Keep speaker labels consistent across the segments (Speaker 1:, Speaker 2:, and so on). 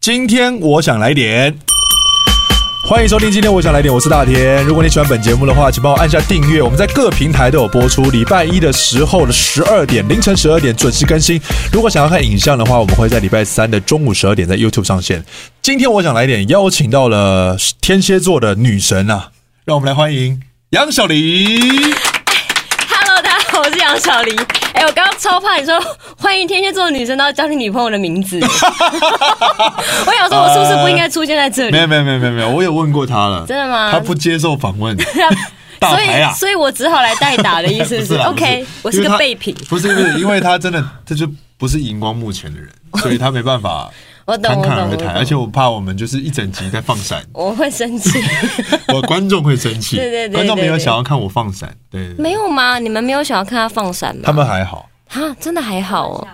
Speaker 1: 今天我想来点。欢迎收听，今天我想来点，我是大田。如果你喜欢本节目的话，请帮我按下订阅。我们在各平台都有播出，礼拜一的时候的十二点，凌晨十二点准时更新。如果想要看影像的话，我们会在礼拜三的中午十二点在 YouTube 上线。今天我想来点，邀请到了天蝎座的女神啊，让我们来欢迎杨小黎。
Speaker 2: Hello，大家好，我是杨小黎。哎、我刚刚超怕你说欢迎天蝎座的女生，都要叫你女朋友的 名字。我想说，我是不是不应该出现在这
Speaker 1: 没
Speaker 2: 里？
Speaker 1: 有没有没有没有没有，我有问过他了，
Speaker 2: 真的吗
Speaker 1: 他不接受访问，大
Speaker 2: 所
Speaker 1: 牌啊
Speaker 2: 以，！所以我只好来代打的意 思
Speaker 1: 不
Speaker 2: 是
Speaker 1: 啦不
Speaker 2: ，OK，我是
Speaker 1: 因为
Speaker 2: 个
Speaker 1: 他
Speaker 2: 备品。
Speaker 1: 不是不是，因为他真的他就不是荧光幕前的人，所以他没办法
Speaker 2: 我 懂
Speaker 1: 侃侃
Speaker 2: 我懂
Speaker 1: 而
Speaker 2: 我
Speaker 1: 谈，
Speaker 2: 懂，
Speaker 1: 而且我怕我们就是一整集在放闪
Speaker 2: 我会生气，
Speaker 1: 我观众会生气，
Speaker 2: 对对对对
Speaker 1: 观众没有想要看我放闪，对，对对
Speaker 2: 没有吗？你们没有想要看他放闪吗？
Speaker 1: 他们还好，
Speaker 2: 啊，真的还好哦。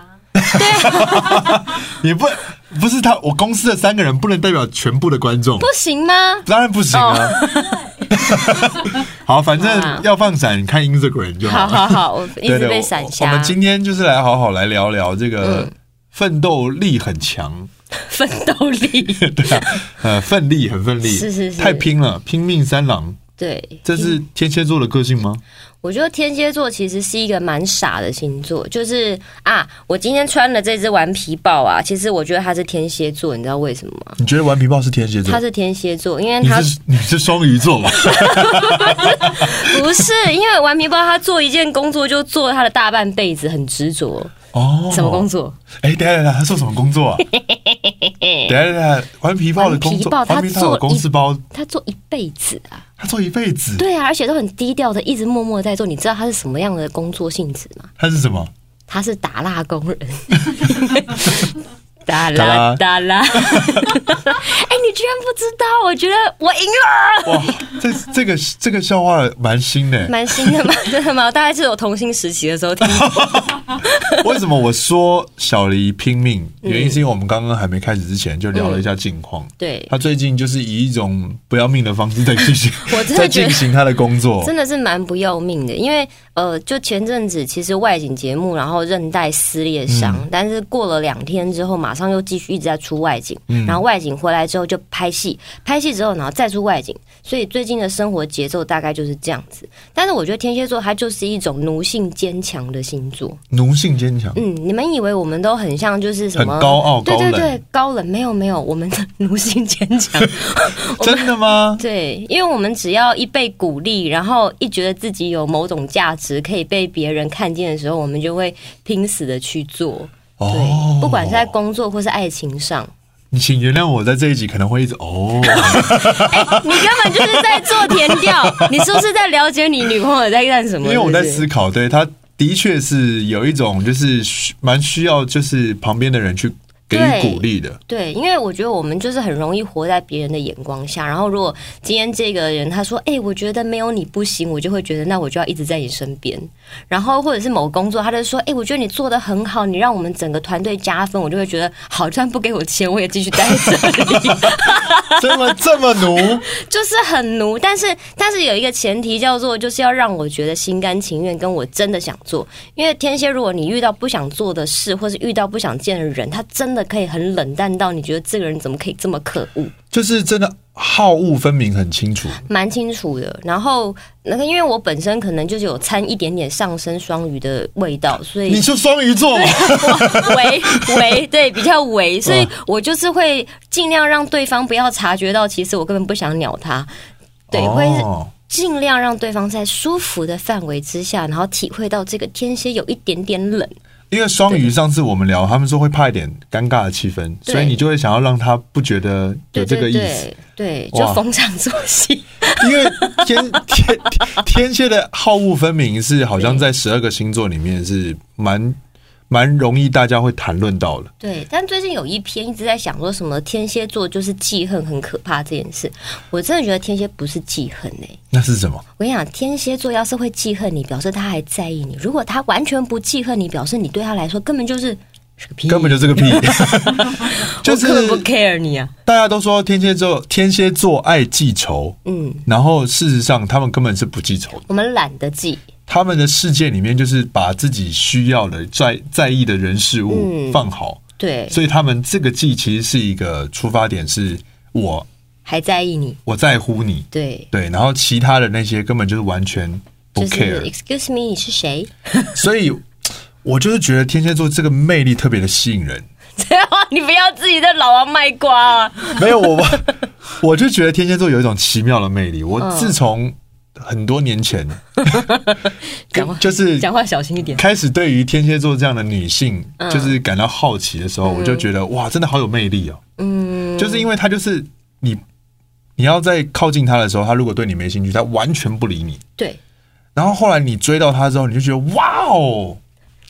Speaker 1: 也不不是他，我公司的三个人不能代表全部的观众
Speaker 2: 不，行吗？
Speaker 1: 当然不行
Speaker 2: 哦
Speaker 1: 啊。 好，反
Speaker 2: 好啊
Speaker 1: 正要放闪，看 Instagram 就
Speaker 2: 好
Speaker 1: 好。
Speaker 2: 好好，我一
Speaker 1: 啊
Speaker 2: 嗯
Speaker 1: 对
Speaker 2: 直
Speaker 1: 对，
Speaker 2: 被
Speaker 1: 我
Speaker 2: 闪
Speaker 1: 我
Speaker 2: 瞎
Speaker 1: 们，今天就是来好好来聊聊这个奋斗力很强，
Speaker 2: 奋 斗力。
Speaker 1: 对啊，呃，奋力很奋力，
Speaker 2: 是是是
Speaker 1: 太拼了，拼命三郎，
Speaker 2: 对，
Speaker 1: 这是天蝎座的个性吗？
Speaker 2: 我觉得天蝎座其实是一个蛮傻的星座，就是啊，我今天穿了这只顽皮豹啊，其实我觉得它是天蝎座，你知道为什么吗？
Speaker 1: 你觉得顽皮豹是天蝎
Speaker 2: 它？是天蝎座，因为
Speaker 1: 你
Speaker 2: 它
Speaker 1: 是你是双鱼座吧？
Speaker 2: 不是因为顽皮豹，它做一件工作就做它的大半辈子，很执着。
Speaker 1: 哦，
Speaker 2: 什么工？作？
Speaker 1: 哎，等一下等一下，他做什么工 作啊？等一下等一下，顽皮豹的工作，
Speaker 2: 顽皮豹他
Speaker 1: 顽皮豹
Speaker 2: 做
Speaker 1: 的
Speaker 2: 一
Speaker 1: 公司包，
Speaker 2: 它做一辈子啊，
Speaker 1: 他做一辈子，
Speaker 2: 对啊，而且都很低调的，一直默默地在做。你知道它是什么样的工作性质吗？
Speaker 1: 他是什么？
Speaker 2: 他是打蜡工人，
Speaker 1: 打
Speaker 2: 打
Speaker 1: 蜡
Speaker 2: 蜡打 蜡。哎、你居然不知道？我觉得我赢了，
Speaker 1: 哇，这这个这个笑话蛮新 的。
Speaker 2: 蛮新的嘛， 真的吗？大概是我童星时期的时 候听的。
Speaker 1: 为什么我说小黎拼命？原因是因为我们刚刚还没开始之前就聊了一下近况。
Speaker 2: 对，
Speaker 1: 他最近就是以一种不要命的方式在进行
Speaker 2: 我，真 的
Speaker 1: 在
Speaker 2: 觉得
Speaker 1: 进行他的工作。
Speaker 2: 真的是蛮不要命的，因为呃，就前阵子其实外景节目，然后韧带撕裂伤，
Speaker 1: 嗯
Speaker 2: 但是过了两天之后，马上又继续一直在出外景，
Speaker 1: 嗯
Speaker 2: 然后外景回来之后就拍戏，拍戏之后然后再出外景，所以最近的生活节奏大概就是这样子。但是我觉得天蝎座它就是一种奴性坚强的星座，
Speaker 1: 奴性坚强，
Speaker 2: 嗯，你们以为我们都很像就是什
Speaker 1: 很
Speaker 2: 么
Speaker 1: 高傲
Speaker 2: 对
Speaker 1: 高
Speaker 2: 对
Speaker 1: 冷
Speaker 2: 对，，高冷没有没有，我们的奴性坚强。
Speaker 1: 真的吗？
Speaker 2: 对，因为我们只要一被鼓励，然后一觉得自己有某种价值可以被别人看见的时候，我们就会拼死的去做。 对，
Speaker 1: 哦，
Speaker 2: 不管是在工作或是爱情上，
Speaker 1: 你请原谅我在这一集可能会一直哦，
Speaker 2: 哎、你根本就是在做填调，你是不是在了解你女朋友在干什么？
Speaker 1: 因为我在
Speaker 2: 是不是
Speaker 1: 思考，对他的确是有一种就是需蛮需要就是旁边的人去给予
Speaker 2: 对
Speaker 1: 鼓励的，
Speaker 2: 对，因为我觉得我们就是很容易活在别人的眼光下。然后，如果今天这个人他说：“哎、我觉得没有你不行”，我就会觉得那我就要一直在你身边。然后，或者是某工作，他就说：“哎、我觉得你做的很好，你让我们整个团队加分。”我就会觉得好，就算不给我钱，我也继续待在这里，
Speaker 1: 这么这么奴，
Speaker 2: 就是很奴。但是，但是有一个前提叫做，就是要让我觉得心甘情愿，跟我真的想做。因为天蝎，如果你遇到不想做的事，或是遇到不想见的人，他真的可以很冷淡到你觉得这个人怎么可以这么可恶。
Speaker 1: 就是真的好恶分明，很清楚。
Speaker 2: 蛮清楚的。然后那个，因为我本身可能就是有掺一点点上升双鱼的味道，所以
Speaker 1: 你是双鱼座吗？
Speaker 2: 维维对比较
Speaker 1: 嗯
Speaker 2: 维，所以我就是会尽量让对方不要察觉到，其实我根本不想鸟他。对，会
Speaker 1: 哦，
Speaker 2: 尽量让对方在舒服的范围之下，然后体会到这个天蝎有一点点冷。
Speaker 1: 因为双鱼上次我们聊，他们说会怕一点尴尬的气氛，
Speaker 2: 对
Speaker 1: 所以你就会想要让他不觉得有
Speaker 2: 对
Speaker 1: 这个
Speaker 2: 对
Speaker 1: 意思。
Speaker 2: 对对，
Speaker 1: 哇
Speaker 2: 就逢场作戏。
Speaker 1: 因为天天天蝎的好恶分明是好像在十二个星座里面是蛮蛮容易大家会谈论到的。
Speaker 2: 对，但最近有一篇一直在想说什么天蝎座就是记恨很可怕这件事，我真的觉得天蝎不是记恨哎、
Speaker 1: 那是什么？
Speaker 2: 我跟你讲，天蝎座要是会记恨你，表示他还在意你；如果他完全不记恨你，表示你对他来说根本就是是个屁，
Speaker 1: 根本就是 个屁！就
Speaker 2: 我根本
Speaker 1: 是
Speaker 2: 不 care 你啊。
Speaker 1: 大家都说天蝎座天蝎座爱记仇，
Speaker 2: 嗯，
Speaker 1: 然后事实上他们根本是不记仇的。
Speaker 2: 我们懒得记，
Speaker 1: 他们的世界里面就是把自己需要的在在意的人事物
Speaker 2: 嗯
Speaker 1: 放好，
Speaker 2: 对，
Speaker 1: 所以他们这个季其实是一个出发点，是我
Speaker 2: 还在意你，
Speaker 1: 我在乎你，
Speaker 2: 对，
Speaker 1: 对，然后其他的那些根本就是完全不
Speaker 2: 就是
Speaker 1: care，
Speaker 2: Excuse me，你是谁？
Speaker 1: 所以我就是觉得天蝎座这个魅力特别的吸引人。
Speaker 2: 这样你不要自己在老王卖瓜啊！
Speaker 1: 没有我， 我就觉得天蝎座有一种奇妙的魅力。我
Speaker 2: 嗯
Speaker 1: 自从很多年前，
Speaker 2: 讲话
Speaker 1: 就是
Speaker 2: 讲嗯话小心一点。
Speaker 1: 开始对于天蝎座这样的女性，就是感到好奇的时
Speaker 2: 嗯
Speaker 1: 候，我就觉得哇，真的好有魅力哦。嗯，就是因为她就是你，你要在靠近她的时候，她如果对你没兴趣，她完全不理你。
Speaker 2: 对
Speaker 1: 然后后来你追到她之后，你就觉得哇哦，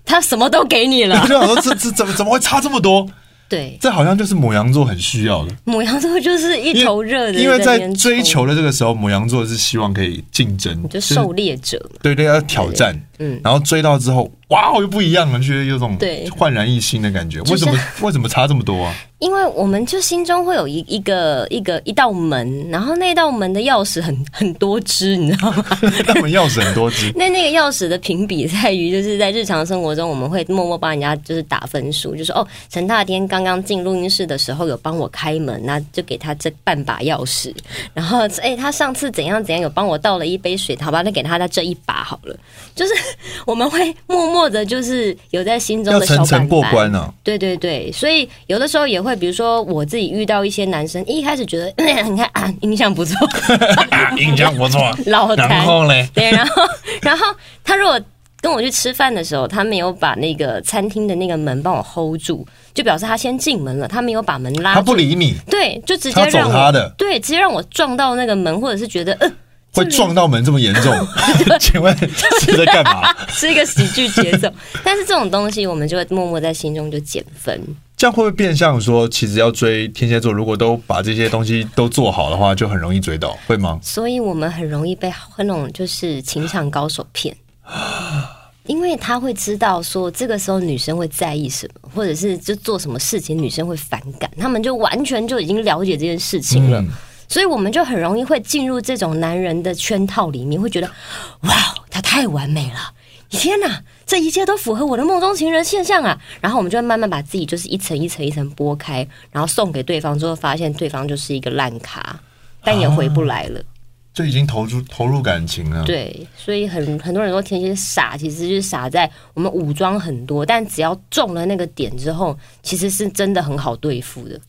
Speaker 2: 他什么都给 你
Speaker 1: 我
Speaker 2: 了
Speaker 1: 就，想说这这怎么怎么会差这么多？
Speaker 2: 对，
Speaker 1: 这好像就是母羊座很需要的。
Speaker 2: 母羊座就是一头热的，
Speaker 1: 因为
Speaker 2: 那
Speaker 1: 在
Speaker 2: 边
Speaker 1: 追
Speaker 2: 冲
Speaker 1: 求的这个时候，母羊座是希望可以竞争，
Speaker 2: 就是狩猎者嘛，
Speaker 1: 对对，要挑战，
Speaker 2: 嗯
Speaker 1: 然后追到之后，哇，哦，又不一样了，觉得有种
Speaker 2: 对
Speaker 1: 焕然一新的感觉。为
Speaker 2: 就
Speaker 1: 什
Speaker 2: 像
Speaker 1: 么为什么差这么多啊？
Speaker 2: 因为我们就心中会有一一个一个一道门，然后那道门的钥匙很很多只，你知道吗？
Speaker 1: 他们钥匙很多 只，
Speaker 2: 那那个钥匙的评比在于，就是在日常生活中，我们会默默帮人家就是打分数，就说哦，陈大天刚刚进录音室的时候有帮我开门，那就给他这半把钥匙。然后，哎、他上次怎样怎样有帮我倒了一杯水，好吧，那给他他这一把好了。就是 我们会默默的，就是有在心中
Speaker 1: 要
Speaker 2: 的小
Speaker 1: 层
Speaker 2: 板板
Speaker 1: 层过关啊呢。
Speaker 2: 对对对，所以有的时候也会，比如说我自己遇到一些男生，一开始觉得 你看啊，印象不错，
Speaker 1: 印象不错。
Speaker 2: 老
Speaker 1: 然
Speaker 2: 谭，
Speaker 1: 后嘞，
Speaker 2: 对，然后然后他如果跟我去吃饭的时候，他没有把那个餐厅的那个门帮我 hold 住，就表示他先进门了，他没有把门拉
Speaker 1: 他
Speaker 2: 住，
Speaker 1: 不理你，
Speaker 2: 对，就直接
Speaker 1: 他
Speaker 2: 让
Speaker 1: 走
Speaker 2: 我
Speaker 1: 他的，
Speaker 2: 对，直接让我撞到那个门，或者是觉得呃。
Speaker 1: 会撞到门这么严重？ 请问是在干嘛？
Speaker 2: 啊是一个喜剧节奏， 但是这种东西我们就会默默在心中就减分。
Speaker 1: 这样会不会变相说，其实要追天蝎座，如果都把这些东西都做好的话，就很容易追到，会吗？
Speaker 2: 所以我们很容易被那种就是情场高手骗，因为他会知道说这个时候女生会在意什么，或者是就做什么事情女生会反感，他们就完全就已经了解这件事情了。
Speaker 1: 嗯
Speaker 2: 所以我们就很容易会进入这种男人的圈套里面，会觉得哇，他太完美了，天哪，这一切都符合我的梦中情人现象啊！然后我们就会慢慢把自己就是一层一层一层剥开，然后送给对方之后，发现对方就是一个烂咖，但也回不来了。
Speaker 1: 就已经投入投入感情了。
Speaker 2: 对，所以很很多人说天蝎傻，其实就是傻在我们武装很多，但只要中了那个点之后，其实是真的很好对付的。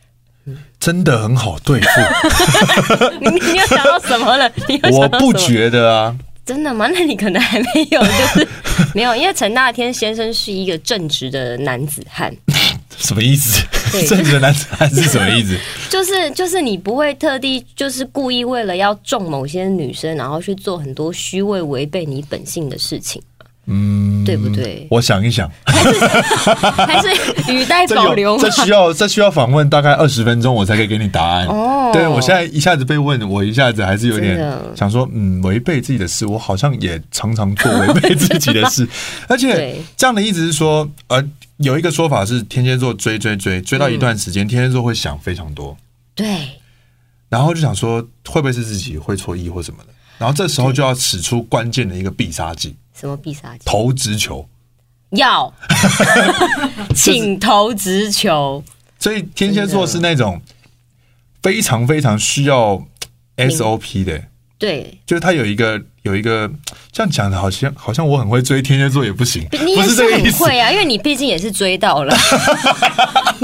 Speaker 1: 真的很好对 付，
Speaker 2: 你你又想到什么了？你又
Speaker 1: 我
Speaker 2: 想到什
Speaker 1: 不
Speaker 2: 么？
Speaker 1: 觉得啊。
Speaker 2: 真的吗？那你可能还没有， 就是没有，因为陈大天先生是一个正直的男子汉，
Speaker 1: 什么意思？
Speaker 2: 对
Speaker 1: 正直的男子汉是什么意思？
Speaker 2: 就是就是你不会特地就是故意为了要中某些女生，然后去做很多虚伪违背你本性的事情，嗯，对不对？
Speaker 1: 我想一想，
Speaker 2: 还是语带
Speaker 1: 这
Speaker 2: 保留
Speaker 1: 有
Speaker 2: 吗？
Speaker 1: 这需要这需要访问大概二十分钟，我才可以给你答案。
Speaker 2: 哦
Speaker 1: 对我现在一下子被问，我一下子还是有点
Speaker 2: 真的
Speaker 1: 想说，嗯，违背自己的事，我好像也常常做违背自己的 事，而且
Speaker 2: 对
Speaker 1: 这样的意思是说，呃，有一个说法是天蝎座追追追
Speaker 2: 嗯
Speaker 1: 追到一段时间，天蝎座会想非常多，
Speaker 2: 对。
Speaker 1: 然后就想说会不会是自己会错意或什么的，然后这时候就要使出关键的一个必杀技
Speaker 2: 什么必
Speaker 1: ——
Speaker 2: 杀技？
Speaker 1: 投直球。
Speaker 2: 要，请投直球，
Speaker 1: 所以天蝎座是那种非常非常需要 SOP 的，
Speaker 2: 对，
Speaker 1: 就是他有一个有一个这样讲的，好像好像我很会追天蝎座也不行，
Speaker 2: 你
Speaker 1: 不
Speaker 2: 也
Speaker 1: 是这个意
Speaker 2: 很
Speaker 1: 思。
Speaker 2: 会啊，因为你毕竟也是追 到了。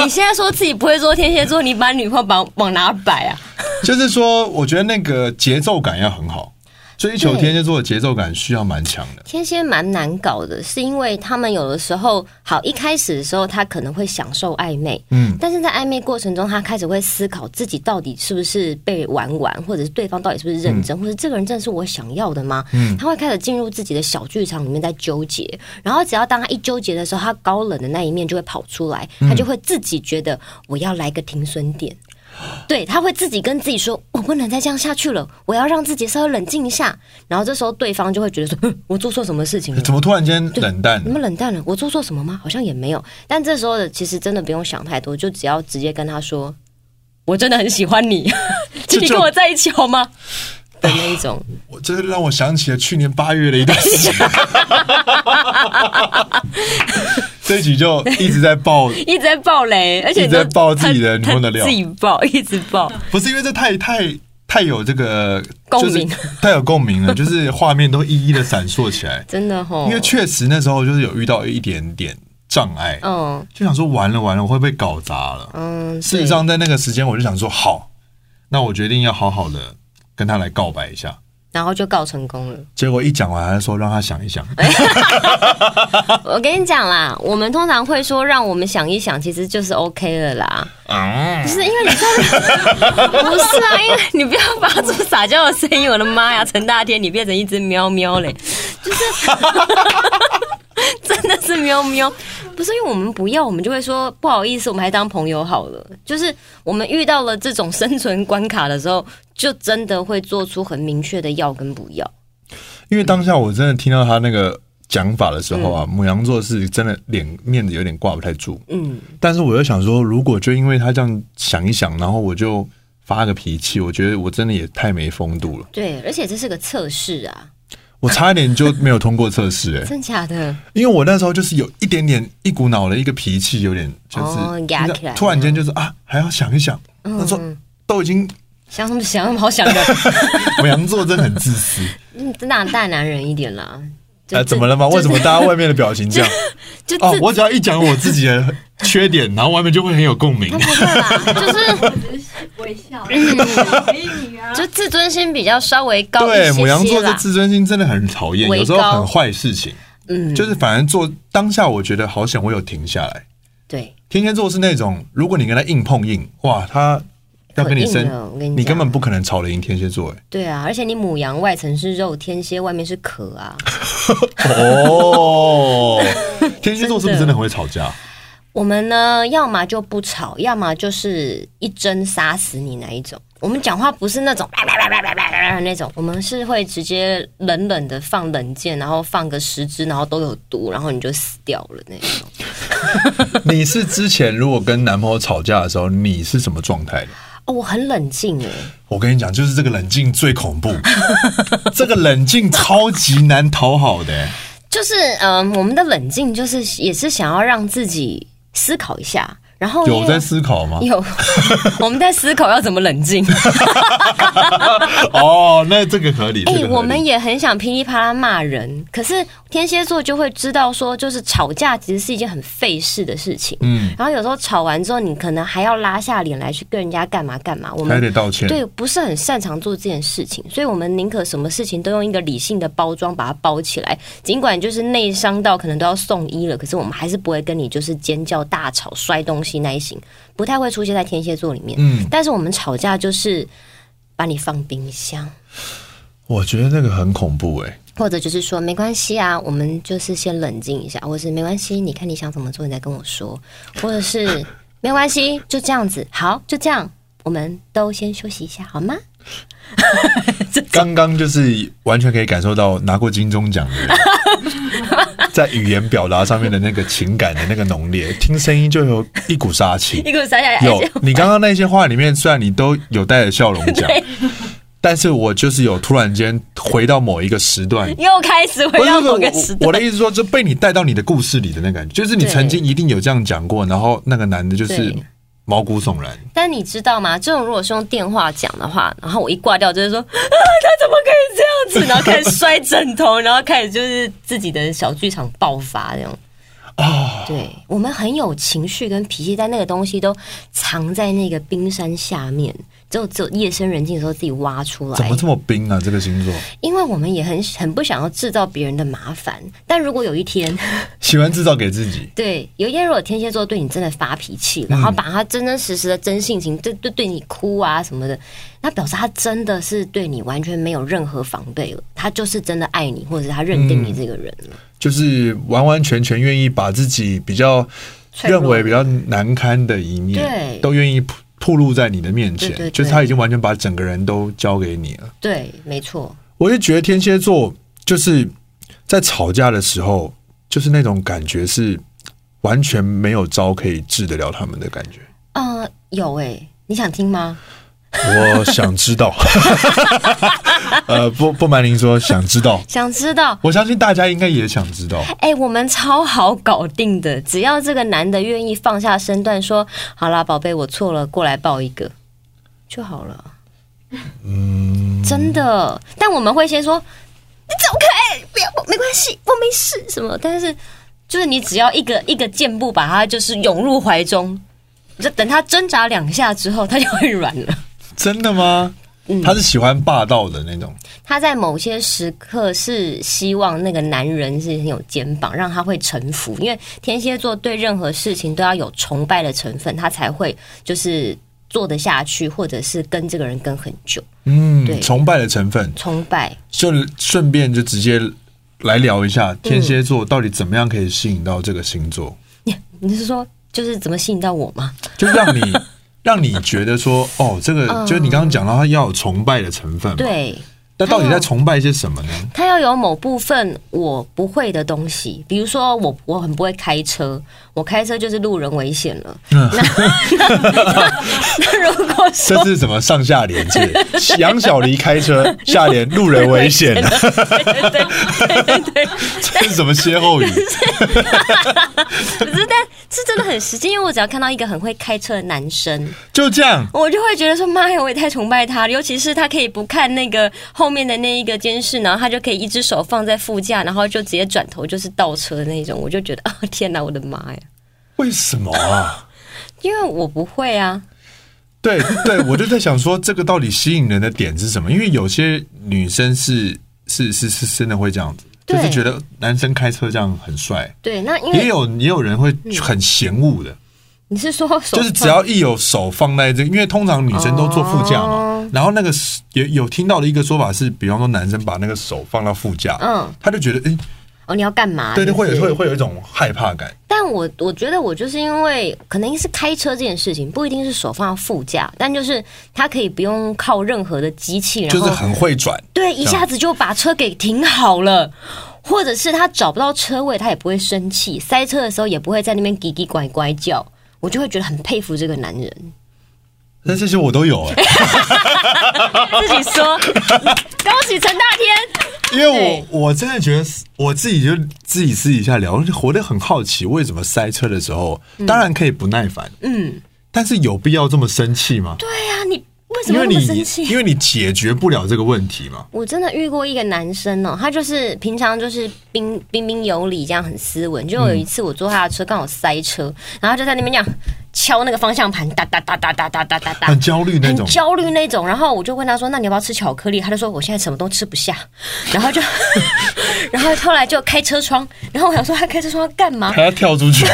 Speaker 2: 你现在说自己不会做天蝎座，你把女朋友往往哪摆啊？
Speaker 1: 就是说，我觉得那个节奏感要很好，追求
Speaker 2: 对
Speaker 1: 天蝎座的节奏感需要蛮强的。
Speaker 2: 天蝎蛮难搞的，是因为他们有的时候，好一开始的时候，他可能会享受暧昧，
Speaker 1: 嗯，
Speaker 2: 但是在暧昧过程中，他开始会思考自己到底是不是被玩玩，或者是对方到底是不是认真，或者这个人真的是我想要的吗？他会开始进入自己的小剧场里面在纠结，然后只要当他一纠结的时候，他高冷的那一面就会跑出来，他就会自己觉得我要来个停损点。对，他会自己跟自己说：“我不能再这样下去了，我要让自己稍微冷静一下。”然后这时候对方就会觉得说 哼：“我做错什么事情了？
Speaker 1: 怎么突然间冷淡
Speaker 2: 你？们冷淡了，我做错什么吗？好像也没有。但这时候的其实真的不用想太多，就只要直接跟他说，我真的很喜欢你，
Speaker 1: 这
Speaker 2: 请你
Speaker 1: 就
Speaker 2: 跟我在一起好吗？的那一 种，
Speaker 1: 我这让 我想起了去年八月的一段事情。这一集就一直在爆，
Speaker 2: 一直在爆雷，而且
Speaker 1: 一直在
Speaker 2: 都
Speaker 1: 爆自己的女
Speaker 2: 他他
Speaker 1: 朋友的料
Speaker 2: 自己爆，一直爆。
Speaker 1: 不是因为这太太太有这个
Speaker 2: 共
Speaker 1: 就是
Speaker 2: 鸣
Speaker 1: 太有共 鸣了，就是画面都一一的闪烁起来。
Speaker 2: 真的吼，
Speaker 1: 因为确实那时候就是有遇到一点点障碍，
Speaker 2: 嗯
Speaker 1: 就想说完了完了，我会被搞砸了。
Speaker 2: 嗯，
Speaker 1: 事实上，在那个时间我就想说，好，那我决定要好好的跟他来告白一下。
Speaker 2: 对，然后就告成功了。
Speaker 1: 结果一讲完，他说让他想一想，
Speaker 2: 哎我跟你讲啦，我们通常会说让我们想一想，其实就是 OK 了啦。
Speaker 1: 啊
Speaker 2: 不，是因为你知 道，不是啊，因为你不要发出撒娇的声音，我的妈呀，陈大天，你变成一只喵喵嘞，就是真的是喵喵，不是因为我们不要，我们就会说不好意思，我们还当朋友好了。就是我们遇到了这种生存关卡的时候，就真的会做出很明确的要跟不要。
Speaker 1: 因为当下我真的听到他那个讲法的时候啊，母羊座是真的脸面子有点挂不太住。
Speaker 2: 嗯，
Speaker 1: 但是我又想说，如果就因为他这样想一想，然后我就发个脾气，我觉得我真的也太没风度 了。
Speaker 2: 对，而且这是个测试啊，
Speaker 1: 我差一点就没有通过测试、欸，
Speaker 2: 真假的？
Speaker 1: 因为我那时候就是有一点点一股脑的一个脾气，有点就是、
Speaker 2: 哦
Speaker 1: 你知
Speaker 2: 压
Speaker 1: 道
Speaker 2: 起来嗯
Speaker 1: 突然间就是啊，还要想一想。他说都已经
Speaker 2: 想什么想那么好想的，
Speaker 1: 母羊座真的很自私，
Speaker 2: 嗯，大大男人一点啦。就
Speaker 1: 呃，
Speaker 2: 自
Speaker 1: 怎么了吗？
Speaker 2: 就
Speaker 1: 为什么大家外面的 表情这样？
Speaker 2: 就自
Speaker 1: 哦，我只要一讲我自己的缺点，然后外面就会很有共鸣
Speaker 2: 他。不会啦，就是
Speaker 3: 微笑，回应你啊。
Speaker 2: 就自尊心比较稍微高一
Speaker 1: 对，
Speaker 2: 些
Speaker 1: 母羊
Speaker 2: 些
Speaker 1: 座的
Speaker 2: 啦。
Speaker 1: 自尊心真的很讨厌，
Speaker 2: 微
Speaker 1: 有时候
Speaker 2: 高
Speaker 1: 很坏事情。
Speaker 2: 嗯，
Speaker 1: 就是反而做当下，我觉得好险，我有停下来。
Speaker 2: 对，
Speaker 1: 天蝎座是那种，如果你跟他硬碰硬，哇，他要跟你
Speaker 2: 很硬
Speaker 1: 生
Speaker 2: 的我跟你，讲
Speaker 1: 你根本不可能吵得赢天蝎座。哎，
Speaker 2: 对啊，而且你母羊外层是肉，天蝎外面是壳啊。
Speaker 1: 哎 哦，天蝎座是不是真的很会吵架？
Speaker 2: 我们呢，要么就不吵，要么就是一针杀死你那一种。我们讲话不是那种 那种，我们是会直接冷冷的放冷箭，然后放个十支，然后都有毒，然后你就死掉了那种。
Speaker 1: 你是之前如果跟男朋友吵架的时候，你是什么状态的？
Speaker 2: 哦，我很冷静哎，
Speaker 1: 我跟你讲，就是这个冷静最恐怖， 这个冷静超级难讨好的、哎
Speaker 2: 就是嗯、我们的冷静就是也是想要让自己思考一下，然后因为
Speaker 1: 有在思考吗？
Speaker 2: 有， 我们在思考要怎么冷静。
Speaker 1: 哦，那这个合理。这
Speaker 2: 哎、
Speaker 1: 个合理
Speaker 2: 我们也很想噼里啪啦骂人，可是天蝎座就会知道说，就是吵架其实是一件很费事的事情。
Speaker 1: 嗯，
Speaker 2: 然后有时候吵完之后，你可能还要拉下脸来去跟人家干嘛干嘛。我
Speaker 1: 还
Speaker 2: 们
Speaker 1: 得道歉。
Speaker 2: 对不是很擅长做这件事情，所以我们宁可什么事情都用一个理性的包装把它包起来，尽管就是内伤到可能都要送医了，可是我们还是不会跟你就是尖叫、大吵、摔东西那一型，不太会出现在天蝎座里面。
Speaker 1: 嗯
Speaker 2: 但是我们吵架就是把你放冰箱。
Speaker 1: 我觉得那个很恐怖哎、
Speaker 2: 或者就是说没关系啊，我们就是先冷静一下，或者是没关系，你看你想怎么做，你再跟我说，或者是没关系，就这样子，好，就这样，我们都先休息一下，好吗？
Speaker 1: 刚刚就是完全可以感受到拿过金钟奖的 人，在语言表达上面的那个情感的那个浓烈，听声音就有一股杀 气。
Speaker 2: 一个撒下来，哎
Speaker 1: 有你刚刚那些话里面，虽然你都有带着笑容 讲，但是我就是有突然间回到某一个时段。
Speaker 2: 又开始回
Speaker 1: 不是
Speaker 2: 到
Speaker 1: 不是
Speaker 2: 某
Speaker 1: 我
Speaker 2: 个时
Speaker 1: 我我
Speaker 2: 段
Speaker 1: 的。意思说，就被你带到你的故事里的那感觉，就是你
Speaker 2: 对
Speaker 1: 曾经一定有这样讲过，然后那个男的就是
Speaker 2: 对
Speaker 1: 毛骨悚然。
Speaker 2: 但你知道吗？这种如果是用电话讲的话，然后我一挂掉，就是说 啊，他怎么可以这样子？然后开始摔枕头，然后开始就是自己的小剧场爆发这样。
Speaker 1: 啊
Speaker 2: 对我们很有情绪跟脾气，但那个东西都藏在那个冰山下面，只有只有夜深人静的时候自己挖出
Speaker 1: 怎
Speaker 2: 来
Speaker 1: 么。这么冰啊？这个星座
Speaker 2: 因为我们也很很不想要制造别人的麻烦，但如果有一天，
Speaker 1: 喜欢制造给自己。
Speaker 2: 对，有一天如果天蝎座对你真的发脾气，然后把他真真实实的真性情对对对你哭啊什么的，那表示他真的是对你完全没有任何防备了，他就是真的爱你，或者是他认定你这个人了。
Speaker 1: 就是完完全全愿意把自己比较
Speaker 2: 脆弱
Speaker 1: 认为比较难堪的一面
Speaker 2: 对，
Speaker 1: 都愿意铺铺露在你的面前，
Speaker 2: 对对对
Speaker 1: 就是他已经完全把整个人都交给你了。
Speaker 2: 对，没错，
Speaker 1: 我就觉得天蝎座就是在吵架的时候，就是那种感觉是完全没有招可以治得了他们的感觉。
Speaker 2: 欸呃，有诶、你想听吗？
Speaker 1: 我想知道， 呃，不不瞒您说，想知道，
Speaker 2: 想知道。
Speaker 1: 我相信大家应该也想知道。
Speaker 2: 哎、我们超好搞定的，只要这个男的愿意放下身段说，好啦，宝贝，我错了，过来抱一个就好了。嗯， 真的。但我们会先说，你走开，不要，没关系，我没事什么。但是就是你只要一个一个箭步把他就是涌入怀中，就等他挣扎两下之后，他就会软了。
Speaker 1: 真的吗？
Speaker 2: 嗯
Speaker 1: 他是喜欢霸道的那种，
Speaker 2: 他在某些时刻是希望那个男人是很有肩膀，让他会臣服，因为天蝎座对任何事情都要有崇拜的成分，他才会就是做得下去，或者是跟这个人跟很久。
Speaker 1: 嗯，
Speaker 2: 对
Speaker 1: 崇拜的成分。
Speaker 2: 崇拜
Speaker 1: 就顺便就直接来聊一
Speaker 2: 嗯
Speaker 1: 下天蝎座到底怎么样可以吸引到这个星座，
Speaker 2: 你，你是说就是怎么吸引到我吗？
Speaker 1: 就让 你让你觉得说，哦，这个
Speaker 2: 嗯
Speaker 1: 就是你刚刚讲到他要有崇拜的成分嘛，
Speaker 2: 对
Speaker 1: 那到底在崇拜些什么呢？
Speaker 2: 他要有某部分我不会的东西，比如说我我很不会开车，我开车就是路人危险了。那 那 如果说
Speaker 1: 这是什么上下联是不是？ 杨小黎开车，下联路人危险，
Speaker 2: 对对对对对。
Speaker 1: 这是什么歇后语？
Speaker 2: 可是，但是真的很实际，因为我只要看到一个很会开车的男生，
Speaker 1: 就这样，
Speaker 2: 我就会觉得说，妈呀，我也太崇拜他了。尤其是他可以不看那个后面的那一个监视，然后他就可以一只手放在副驾，然后就直接转头就是倒车的那种，我就觉得啊，天哪，我的妈呀！
Speaker 1: 为什么啊？
Speaker 2: 因为我不会啊，
Speaker 1: 对对，我就在想说，这个到底吸引人的点是什么？因为有些女生是是是是真的会这样子，就
Speaker 2: 对
Speaker 1: 是觉得男生开车这样很帅，
Speaker 2: 对，那因
Speaker 1: 也
Speaker 2: 为
Speaker 1: 有也有人会很嫌恶的，
Speaker 2: 你是说手
Speaker 1: 就是只要一有手放在这，因为通常女生都坐副驾嘛
Speaker 2: 哦，
Speaker 1: 然后那个有有听到的一个说法是，比方说男生把那个手放到副驾，
Speaker 2: 嗯，
Speaker 1: 他就觉得哎，
Speaker 2: 哦，你要干嘛？
Speaker 1: 对对，会
Speaker 2: 是
Speaker 1: 有
Speaker 2: 不
Speaker 1: 会
Speaker 2: 是
Speaker 1: 有会有一种害怕感，
Speaker 2: 但我我觉得我就是因为可能是开车这件事情，不一定是手放到副驾，但就是他可以不用靠任何的机器，然
Speaker 1: 就
Speaker 2: 后
Speaker 1: 是很会转，
Speaker 2: 对，一下子就把车给停好了，或者是他找不到车位，他也不会生气，塞车的时候也不会在那边叽叽拐拐叫，我就会觉得很佩服这个男人。
Speaker 1: 那这些我都有哎，
Speaker 2: 自己 说，恭喜陈大
Speaker 1: 因
Speaker 2: 天，
Speaker 1: 为我我真的觉得我自己就自己私底下聊，活得很好奇，为什么塞车的时候，当然可以不耐烦，
Speaker 2: 嗯，
Speaker 1: 但是有必要这么生气吗？
Speaker 2: 对呀、你为什
Speaker 1: 因为
Speaker 2: 么那么
Speaker 1: 你
Speaker 2: 生
Speaker 1: 因
Speaker 2: 气？
Speaker 1: 为你解决不了这个问题 嘛。
Speaker 2: 我真的遇过一个男生哦，他就是平常就是彬彬彬有礼，这样很斯文。就
Speaker 1: 嗯
Speaker 2: 有一次我坐他的车，刚好塞车，然后就在那边这样敲那个方向盘，哒哒哒哒哒哒哒哒哒，
Speaker 1: 很焦虑那
Speaker 2: 很
Speaker 1: 种，
Speaker 2: 焦虑那种。然后我就问他说：“那你要不要吃巧克力？”他就说：“我现在什么都吃不下。”然后就， 然后后来就开车窗。然后我想说，他开车窗要干嘛？
Speaker 1: 还要跳出去。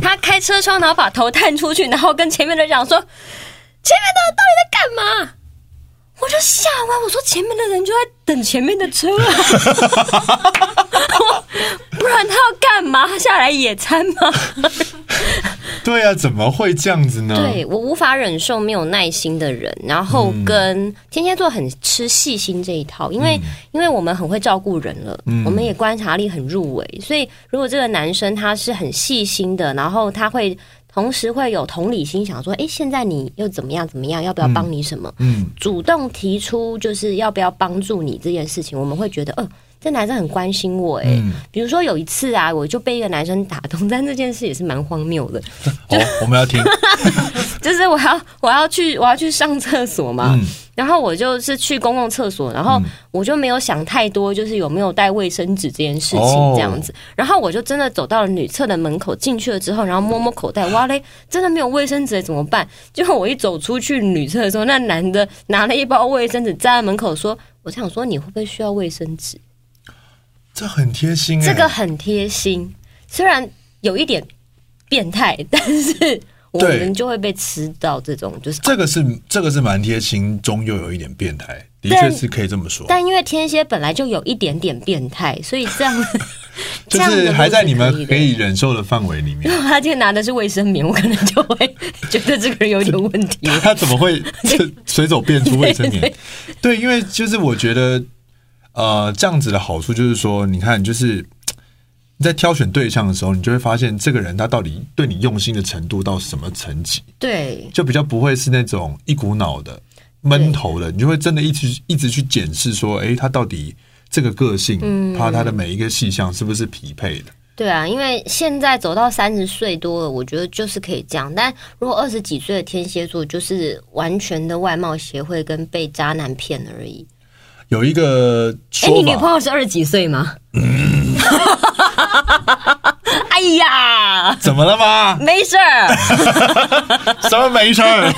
Speaker 2: 他开车窗，然后把头探出去，然后跟前面的人讲说：“前面的人到底在干嘛？”我就吓完，我说前面的人就在等前面的车啊， 不然他要干嘛？他下来野餐吗？
Speaker 1: 对啊，怎么会这样子呢？
Speaker 2: 对我无法忍受没有耐心的人，然后
Speaker 1: 嗯
Speaker 2: 跟天蝎座很吃细心这一套，因为、因为我们很会照顾人了，
Speaker 1: 嗯
Speaker 2: 我们也观察力很入微，所以如果这个男生他是很细心的，然后他会。同时会有同理心，想说，诶，现在你又怎么样怎么样，要不要帮你什么？
Speaker 1: 嗯，
Speaker 2: 主动提出就是要不要帮助你这件事情，我们会觉得，嗯、这男生很关心我、诶。
Speaker 1: 嗯
Speaker 2: 比如说有一次啊，我就被一个男生打动， 但这件事也是蛮荒谬的。
Speaker 1: 好，我们要听。
Speaker 2: 就是我要我要去我要去上厕所嘛，
Speaker 1: 嗯
Speaker 2: 然后我就是去公共厕所，然后我就没有想太多，就是有没有带卫生纸这件事
Speaker 1: 哦
Speaker 2: 情这样子。然后我就真的走到了女厕的门口，进去了之后，然后摸摸口袋，哇嘞，真的没有卫生纸怎么办？结果我一走出去女厕的时候，那男的拿了一包卫生纸站在门口说。我想说，你会不会需要卫生纸？
Speaker 1: 这很贴心、欸。
Speaker 2: 这个很贴心，虽然有一点变态，但是我
Speaker 1: 对
Speaker 2: 们就会被吃到这种，就是
Speaker 1: 这个是这个是蛮贴心，中又有一点变态，的确
Speaker 2: 但
Speaker 1: 是可以这么说。
Speaker 2: 但因为天蝎本来就有一点点变态，所以这样
Speaker 1: 就
Speaker 2: 这样的
Speaker 1: 是
Speaker 2: 路
Speaker 1: 还在你
Speaker 2: 是
Speaker 1: 们可
Speaker 2: 可
Speaker 1: 以
Speaker 2: 以的。
Speaker 1: 忍受的范围里面
Speaker 2: 如。果他今天拿的是卫生棉，我可能就会觉得这个人有点问 题。
Speaker 1: 他怎么会这随手变出卫生 棉？对，因为就是我觉得，呃，这样子的好处就是说，你看，就是你在挑选对象的时候，你就会发现这个人他到底对你用心的程度到什么层级，
Speaker 2: 对
Speaker 1: 就比较不会是那种一股脑的。闷头的，你就会真的一直一直去检视说，诶，他到底这个个性，
Speaker 2: 嗯
Speaker 1: 他他的每一个细项是不是匹配的？
Speaker 2: 对啊，因为现在走到三十岁多了，我觉得就是可以这样。但如果二十几岁的天蝎座，就是完全的外貌协会跟被渣男骗而已。
Speaker 1: 有一个
Speaker 2: 哎、
Speaker 1: 说
Speaker 2: 你女朋
Speaker 1: 法，
Speaker 2: 友是二十几 岁吗？哎呀，
Speaker 1: 怎么了吗？
Speaker 2: 没事儿，
Speaker 1: 什么没事儿？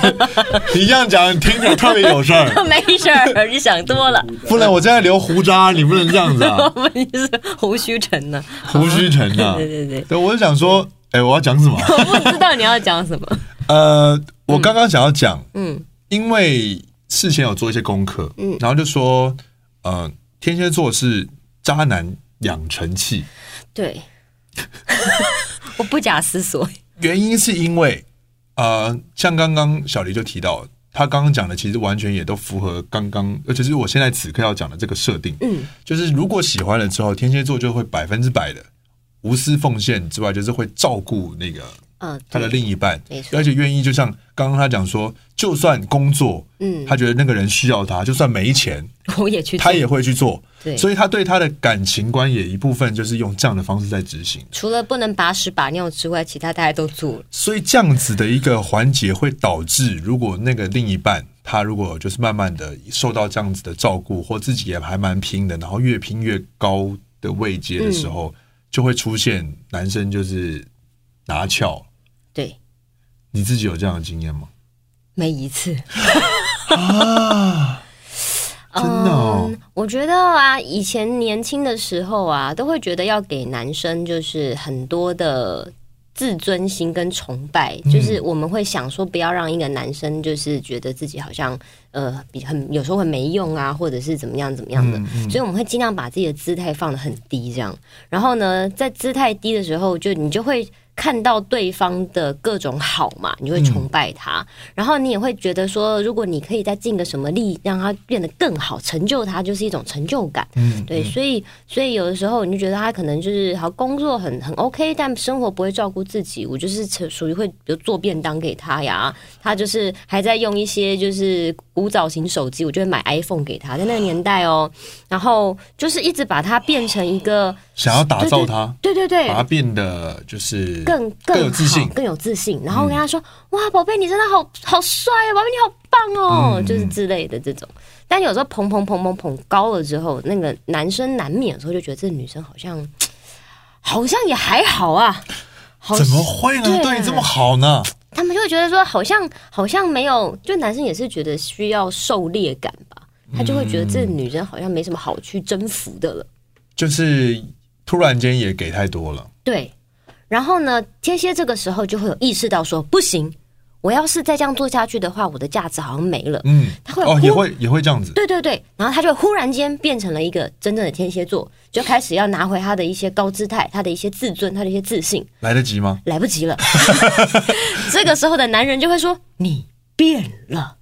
Speaker 1: 你这样讲听着特别有事儿，
Speaker 2: 没事儿，你想多了。
Speaker 1: 不能我正在留胡渣，你不能这样子啊！
Speaker 2: 我们就是胡须成呢，
Speaker 1: 胡须成啊！
Speaker 2: 对对对，
Speaker 1: 对，我就想说，哎、我要讲 什么？
Speaker 2: 我不知道你要讲什么。
Speaker 1: 呃，我刚刚想要讲，
Speaker 2: 嗯
Speaker 1: 因为事先有做一些功课，嗯，然后就说，呃，天蝎座是渣男养成器，
Speaker 2: 对， 我不假思索。
Speaker 1: 原因是因为，呃，像刚刚小黎就提到，他刚刚讲的其实完全也都符合刚刚，而且是我现在此刻要讲的这个设定，
Speaker 2: 嗯，
Speaker 1: 就是如果喜欢了之后，天蝎座就会百分之百的无私奉献之外，就是会照顾那个
Speaker 2: 嗯、
Speaker 1: 他的另一半
Speaker 2: 没，错
Speaker 1: 而且愿意，就像刚刚他讲说，就算工作，
Speaker 2: 嗯
Speaker 1: 他觉得那个人需要他，就算没钱，
Speaker 2: 我也去做，
Speaker 1: 他也会去做。
Speaker 2: 对
Speaker 1: 所以他对他的感情观也一部分就是用这样的方式在执行。
Speaker 2: 除了不能把屎把尿之外，其他大家都做了。
Speaker 1: 所以这样子的一个环节会导致，如果那个另一半他如果就是慢慢的受到这样子的照顾，或自己也还蛮拼的，然后越拼越高的位阶的
Speaker 2: 嗯
Speaker 1: 时候，就会出现男生就是拿翘。
Speaker 2: 对，
Speaker 1: 你自己有这样的经验吗？
Speaker 2: 每一次。啊
Speaker 1: 真的哦，
Speaker 2: 嗯，我觉得啊，以前年轻的时候啊，都会觉得要给男生就是很多的自尊心跟崇拜，
Speaker 1: 嗯
Speaker 2: 就是我们会想说，不要让一个男生就是觉得自己好像呃比很有时候很没用啊，或者是怎么样怎么样的，
Speaker 1: 嗯
Speaker 2: 所以我们会尽量把自己的姿态放得很低，这样。然后呢，在姿态低的时候，就你就会。看到对方的各种好嘛，你就会崇拜他，
Speaker 1: 嗯
Speaker 2: 然后你也会觉得说，如果你可以再尽个什么力，让他变得更好，成就他，就是一种成就感。
Speaker 1: 嗯，
Speaker 2: 对，所以所以有的时候你就觉得他可能就是好工作很很 OK，但生活不会照顾自己。我就是成属于会比如做便当给他呀，他就是还在用一些就是古早型手机，我就会买 iPhone 给他，在那个年代哦，然后就是一直把他变成一个，
Speaker 1: 想要打造他，
Speaker 2: 对对对
Speaker 1: 把，他变得就是
Speaker 2: 更
Speaker 1: 嗯更有
Speaker 2: 好
Speaker 1: 自信。嗯
Speaker 2: 更有自信，然后跟他说：“哇，宝贝，你真的好好帅啊，宝贝，你好棒哦！”
Speaker 1: 嗯
Speaker 2: 就是之类的这种。但有时候捧捧捧捧捧高了之后，那个男生难免有时候就觉得这女生好像好像也还好啊，好
Speaker 1: 怎么会呢？
Speaker 2: 对
Speaker 1: 对你这么好呢？
Speaker 2: 他们就会觉得说好像好像没有，就男生也是觉得需要狩猎感吧。他就会觉得这
Speaker 1: 嗯
Speaker 2: 女生好像没什么好去征服的了，
Speaker 1: 就是突然间也给太多了。
Speaker 2: 对，然后呢，天蝎这个时候就会有意识到说，不行，我要是再这样做下去的话，我的价值好像没了。
Speaker 1: 嗯，
Speaker 2: 他会
Speaker 1: 哦，
Speaker 2: 忽
Speaker 1: 也会也会这样子。
Speaker 2: 对对对，然后他就忽然间变成了一个真正的天蝎座，就开始要拿回他的一些高姿态、他的一些自尊、他的一些自信，
Speaker 1: 来得及吗？
Speaker 2: 来 不及了。这个时候的男人就会说：“你变了。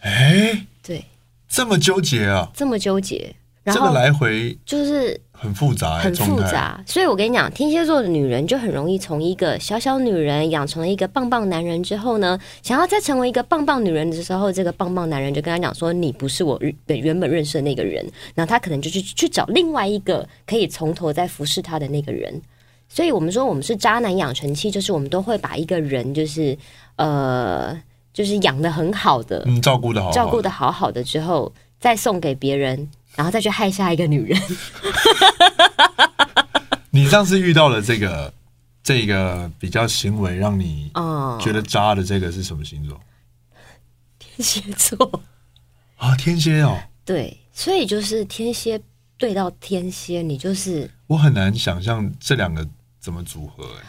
Speaker 1: 哎，”
Speaker 2: 对，
Speaker 1: 这么纠结啊，
Speaker 2: 这么纠结，然
Speaker 1: 这个
Speaker 2: 后
Speaker 1: 来回
Speaker 2: 就是
Speaker 1: 很复杂、欸，
Speaker 2: 很
Speaker 1: 状
Speaker 2: 复
Speaker 1: 态。
Speaker 2: 杂。所以我跟你讲，天蝎座的女人就很容易从一个小小女人养成了一个棒棒男人之后呢，想要再成为一个棒棒女人的时候，这个棒棒男人就跟她讲说：“你不是我原原本认识的那个人。”然后她可能就去去找另外一个可以从头再服侍她的那个人。所以我们说我们是渣男养成器，就是我们都会把一个人就是呃就是养的很好的，
Speaker 1: 嗯，照顾的好好，
Speaker 2: 照顾的好好的之后，再送给别人，然后再去害下一个女 人。
Speaker 1: 你上次遇到了这个这个比较行为让你
Speaker 2: 哦、
Speaker 1: 觉得渣的这个是什么星座
Speaker 2: 天蝎座。
Speaker 1: 啊？天蝎哦，
Speaker 2: 对，所以就是天蝎对到天蝎，你就是
Speaker 1: 我很难想象这两个怎么组合、欸。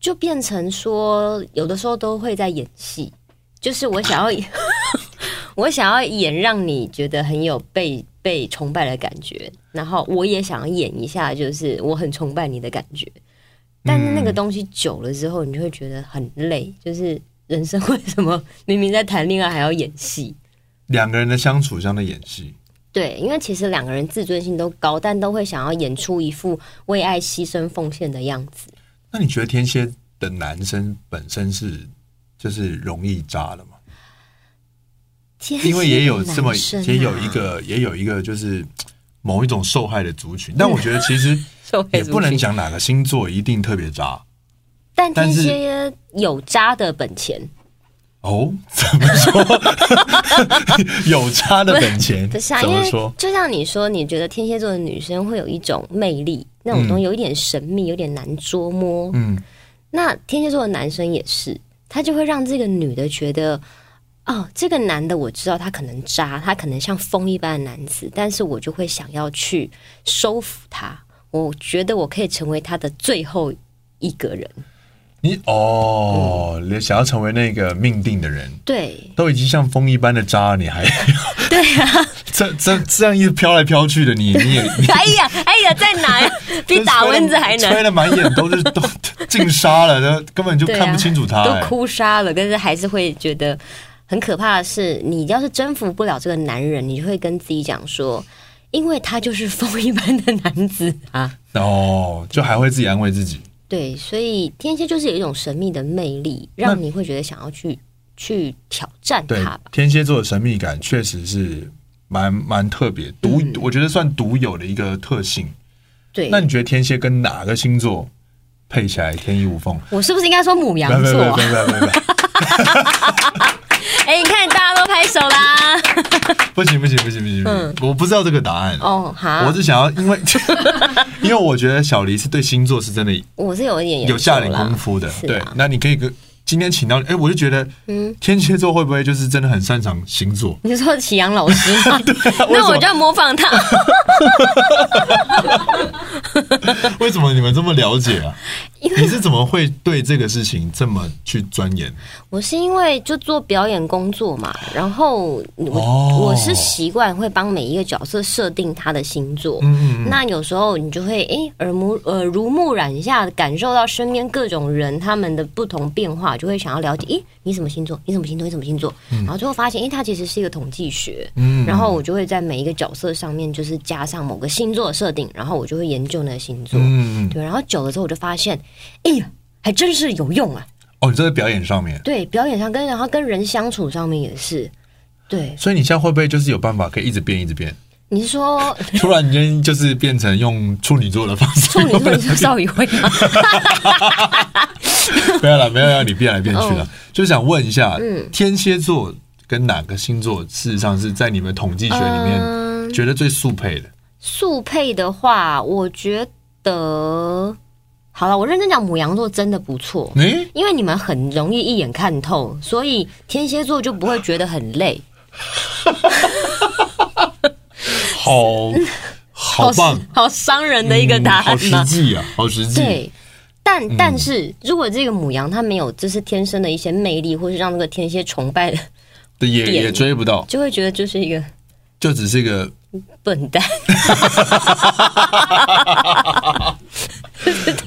Speaker 2: 就变成说，有的时候都会在演戏，就是我想要， 我想要演让你觉得很有被被崇拜的感觉，然后我也想要演一下，就是我很崇拜你的感觉。但是那个东西久了之后，你就会觉得很累，就是人生 为什么明明在谈恋爱还要演戏？
Speaker 1: 两个人的相处像在演戏，
Speaker 2: 对，因为其实两个人自尊心都高，但都会想要演出一副为爱牺牲奉献的样子。
Speaker 1: 那你觉得天蝎的男生本身是就是容易渣的吗？
Speaker 2: 天蝎
Speaker 1: 因为也有这么
Speaker 2: 男生啊
Speaker 1: 也有一个也有一个就是某一种受害的族群，但我觉得其 实
Speaker 2: 受害
Speaker 1: 也
Speaker 2: 族群
Speaker 1: 不能讲哪个星座一定特别渣
Speaker 2: 但
Speaker 1: 但
Speaker 2: 天
Speaker 1: 是
Speaker 2: 蝎有渣的本钱，
Speaker 1: 哦。怎么说？ 有渣的本钱
Speaker 2: 不是啊，
Speaker 1: 怎
Speaker 2: 因
Speaker 1: 么
Speaker 2: 为
Speaker 1: 说？
Speaker 2: 就像你说，你觉得天蝎座的女生会有一种魅力，那种东西有一点神秘，有点难捉摸。
Speaker 1: 嗯，
Speaker 2: 那天蝎座的男生也是，他就会让这个女的觉得，哦，这个男的我知道他可能渣，他可能像风一般的男子，但是我就会想要去收服他，我觉得我可以成为他的最后一个人。
Speaker 1: 你哦，
Speaker 2: 嗯
Speaker 1: 你想要成为那个命定的人，
Speaker 2: 对，
Speaker 1: 都已经像风一般的渣，你 还对啊？ 这这这样一飘来飘去的，你你 也你
Speaker 2: 哎呀，哎呀，在 哪呀？比打蚊子还
Speaker 1: 吹
Speaker 2: 难。
Speaker 1: 的满眼都是 都进沙了，都根本就
Speaker 2: 对
Speaker 1: 看不清楚他、
Speaker 2: 啊，
Speaker 1: 哎
Speaker 2: 都哭杀了，但是还是会觉得很可怕的是，你要是征服不了这个男人，你就会跟自己讲说，因为他就是风一般的男子 啊。
Speaker 1: 哦，就还会自己安慰自己。
Speaker 2: 对，所以天蝎就是有一种神秘的魅力，让你会觉得想要去去挑战
Speaker 1: 对
Speaker 2: 他吧，。
Speaker 1: 天蝎座的神秘感确实是蛮蛮特别，独、我觉得算独有的一个特性。
Speaker 2: 嗯对，
Speaker 1: 那你觉得天蝎跟哪个星座配起来天衣无缝？
Speaker 2: 我是不是应该说母羊
Speaker 1: 不不不
Speaker 2: 座
Speaker 1: 不
Speaker 2: 啊？
Speaker 1: 不 不
Speaker 2: 哎，你看大家都拍 手啦！
Speaker 1: 不，不行不行不行不行，不行我不知道这个答案。
Speaker 2: 嗯哦，好，
Speaker 1: 我只想要，因为 因为我觉得小黎是对星座是真的
Speaker 2: 我是有一点研究
Speaker 1: 有下点
Speaker 2: 啦
Speaker 1: 功夫的。
Speaker 2: 是
Speaker 1: 对
Speaker 2: 啊，
Speaker 1: 那你可以跟今天请到，哎、我就觉得，嗯，天蝎座会不会就是真的很擅长星座？
Speaker 2: 你说祁阳老师 吗？
Speaker 1: 啊为什
Speaker 2: 那
Speaker 1: 么
Speaker 2: 我就要模仿他。
Speaker 1: 为什么你们这么了解啊？你是怎么会对这个事情这么去钻研？
Speaker 2: 我是因为就做表演工作嘛，然后我、
Speaker 1: 哦
Speaker 2: 我是习惯会帮每一个角色设定他的星座。
Speaker 1: 嗯嗯嗯，
Speaker 2: 那有时候你就会诶耳目耳濡目染一下，感受到身边各种人他们的不同变化，就会想要了解诶你什么星座？你什么星座？你什么星座？然后最后发现诶它其实是一个统计学。
Speaker 1: 嗯
Speaker 2: 然后我就会在每一个角色上面就是加上某个星座的设定，然后我就会研究那个星座。
Speaker 1: 嗯，嗯嗯
Speaker 2: 对，然后久了之后我就发现，哎呀，还真是有用啊！
Speaker 1: 哦，你这个表演上面，
Speaker 2: 对，表演上跟然后跟人相处上面也是。对，
Speaker 1: 所以你现在会不会就是有办法可以一直变一直变？
Speaker 2: 你是说
Speaker 1: 突然间就是变成用处女座的方 式？
Speaker 2: 处女座是邵宇辉吗？
Speaker 1: 没有了，没有要你变来变去了，就想问一下，
Speaker 2: 哦嗯
Speaker 1: 天蝎座跟哪个星座事实上是在你们统计学里面
Speaker 2: 嗯，
Speaker 1: 觉得最速配的？
Speaker 2: 速配的话，我觉得好了，我认真讲，母羊座真的不错，
Speaker 1: 诶、
Speaker 2: 因为你们很容易一眼看透，所以天蝎座就不会觉得很累。
Speaker 1: 好好棒，
Speaker 2: 好伤人的一个答
Speaker 1: 好
Speaker 2: 案
Speaker 1: 实
Speaker 2: 嘛。
Speaker 1: 际啊，好实际。
Speaker 2: 对，但但是如果这个母羊它没有就是天生的一些魅力，或是让那个天蝎崇拜的，
Speaker 1: 对，也
Speaker 2: 点
Speaker 1: 也追不到，
Speaker 2: 就会觉得就是一个
Speaker 1: 就只是一个
Speaker 2: 笨蛋。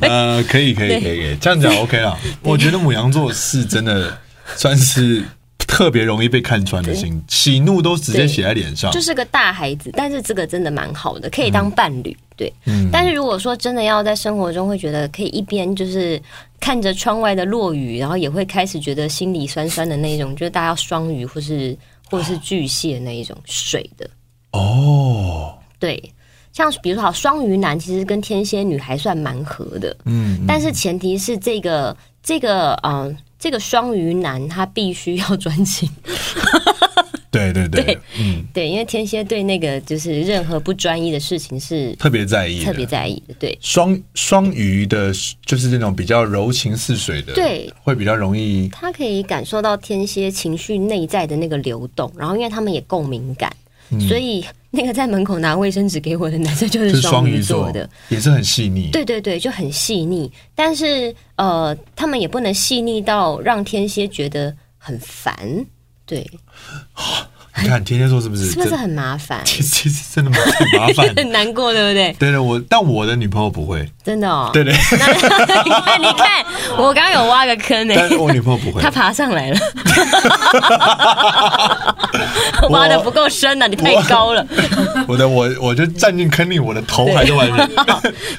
Speaker 1: 呃，可以可以可以，可以，这样讲 OK 啦。我觉得母羊座是真的算是特别容易被看穿的心，喜怒都直接写在脸上
Speaker 2: 就。是个大孩子，但是这个真的蛮好的，可以当伴侣。对，
Speaker 1: 嗯
Speaker 2: 但是如果说真的要在生活中会觉得可以一边就是看着窗外的落雨，然后也会开始觉得心里酸酸的那一种，就是大家双鱼 或是或是巨蟹那一种水的，
Speaker 1: 哦，
Speaker 2: 对。像比如说好双鱼男其实跟天蝎女还算蛮合的，
Speaker 1: 嗯，
Speaker 2: 但是前提是这个这个嗯、呃这个双鱼男他必须要专情，
Speaker 1: 对对对
Speaker 2: 对，
Speaker 1: 嗯，
Speaker 2: 对，因为天蝎对那个就是任何不专一的事情是
Speaker 1: 特别在意的，
Speaker 2: 特别在意的，对
Speaker 1: 双双鱼的，就是那种比较柔情似水的，
Speaker 2: 对，
Speaker 1: 会比较容易
Speaker 2: 他可以感受到天蝎情绪内在的那个流动，然后因为他们也够敏感，所以那个在门口拿卫生纸给我的男生就
Speaker 1: 嗯就是是
Speaker 2: 双
Speaker 1: 双
Speaker 2: 鱼
Speaker 1: 鱼
Speaker 2: 座
Speaker 1: 座
Speaker 2: 的。，
Speaker 1: 也是很细腻。
Speaker 2: 对对对，就很细腻，但是呃，他们也不能细腻到让天蝎觉得很烦，对，
Speaker 1: 你看天蝎座是不是？
Speaker 2: 是不是
Speaker 1: 这
Speaker 2: 很麻烦？
Speaker 1: 其实 其实真的蛮很麻烦 的。
Speaker 2: 很难过，对不对？
Speaker 1: 对对，我但我的女朋友不会，
Speaker 2: 真的 哦。
Speaker 1: 对对，
Speaker 2: 那你看，你看，我刚刚有挖个坑呢、欸
Speaker 1: 但是我女朋友不会
Speaker 2: 他。爬上来了。挖的不够深了、啊你太高了。
Speaker 1: 我的我我就站进坑里，我的头还在外面。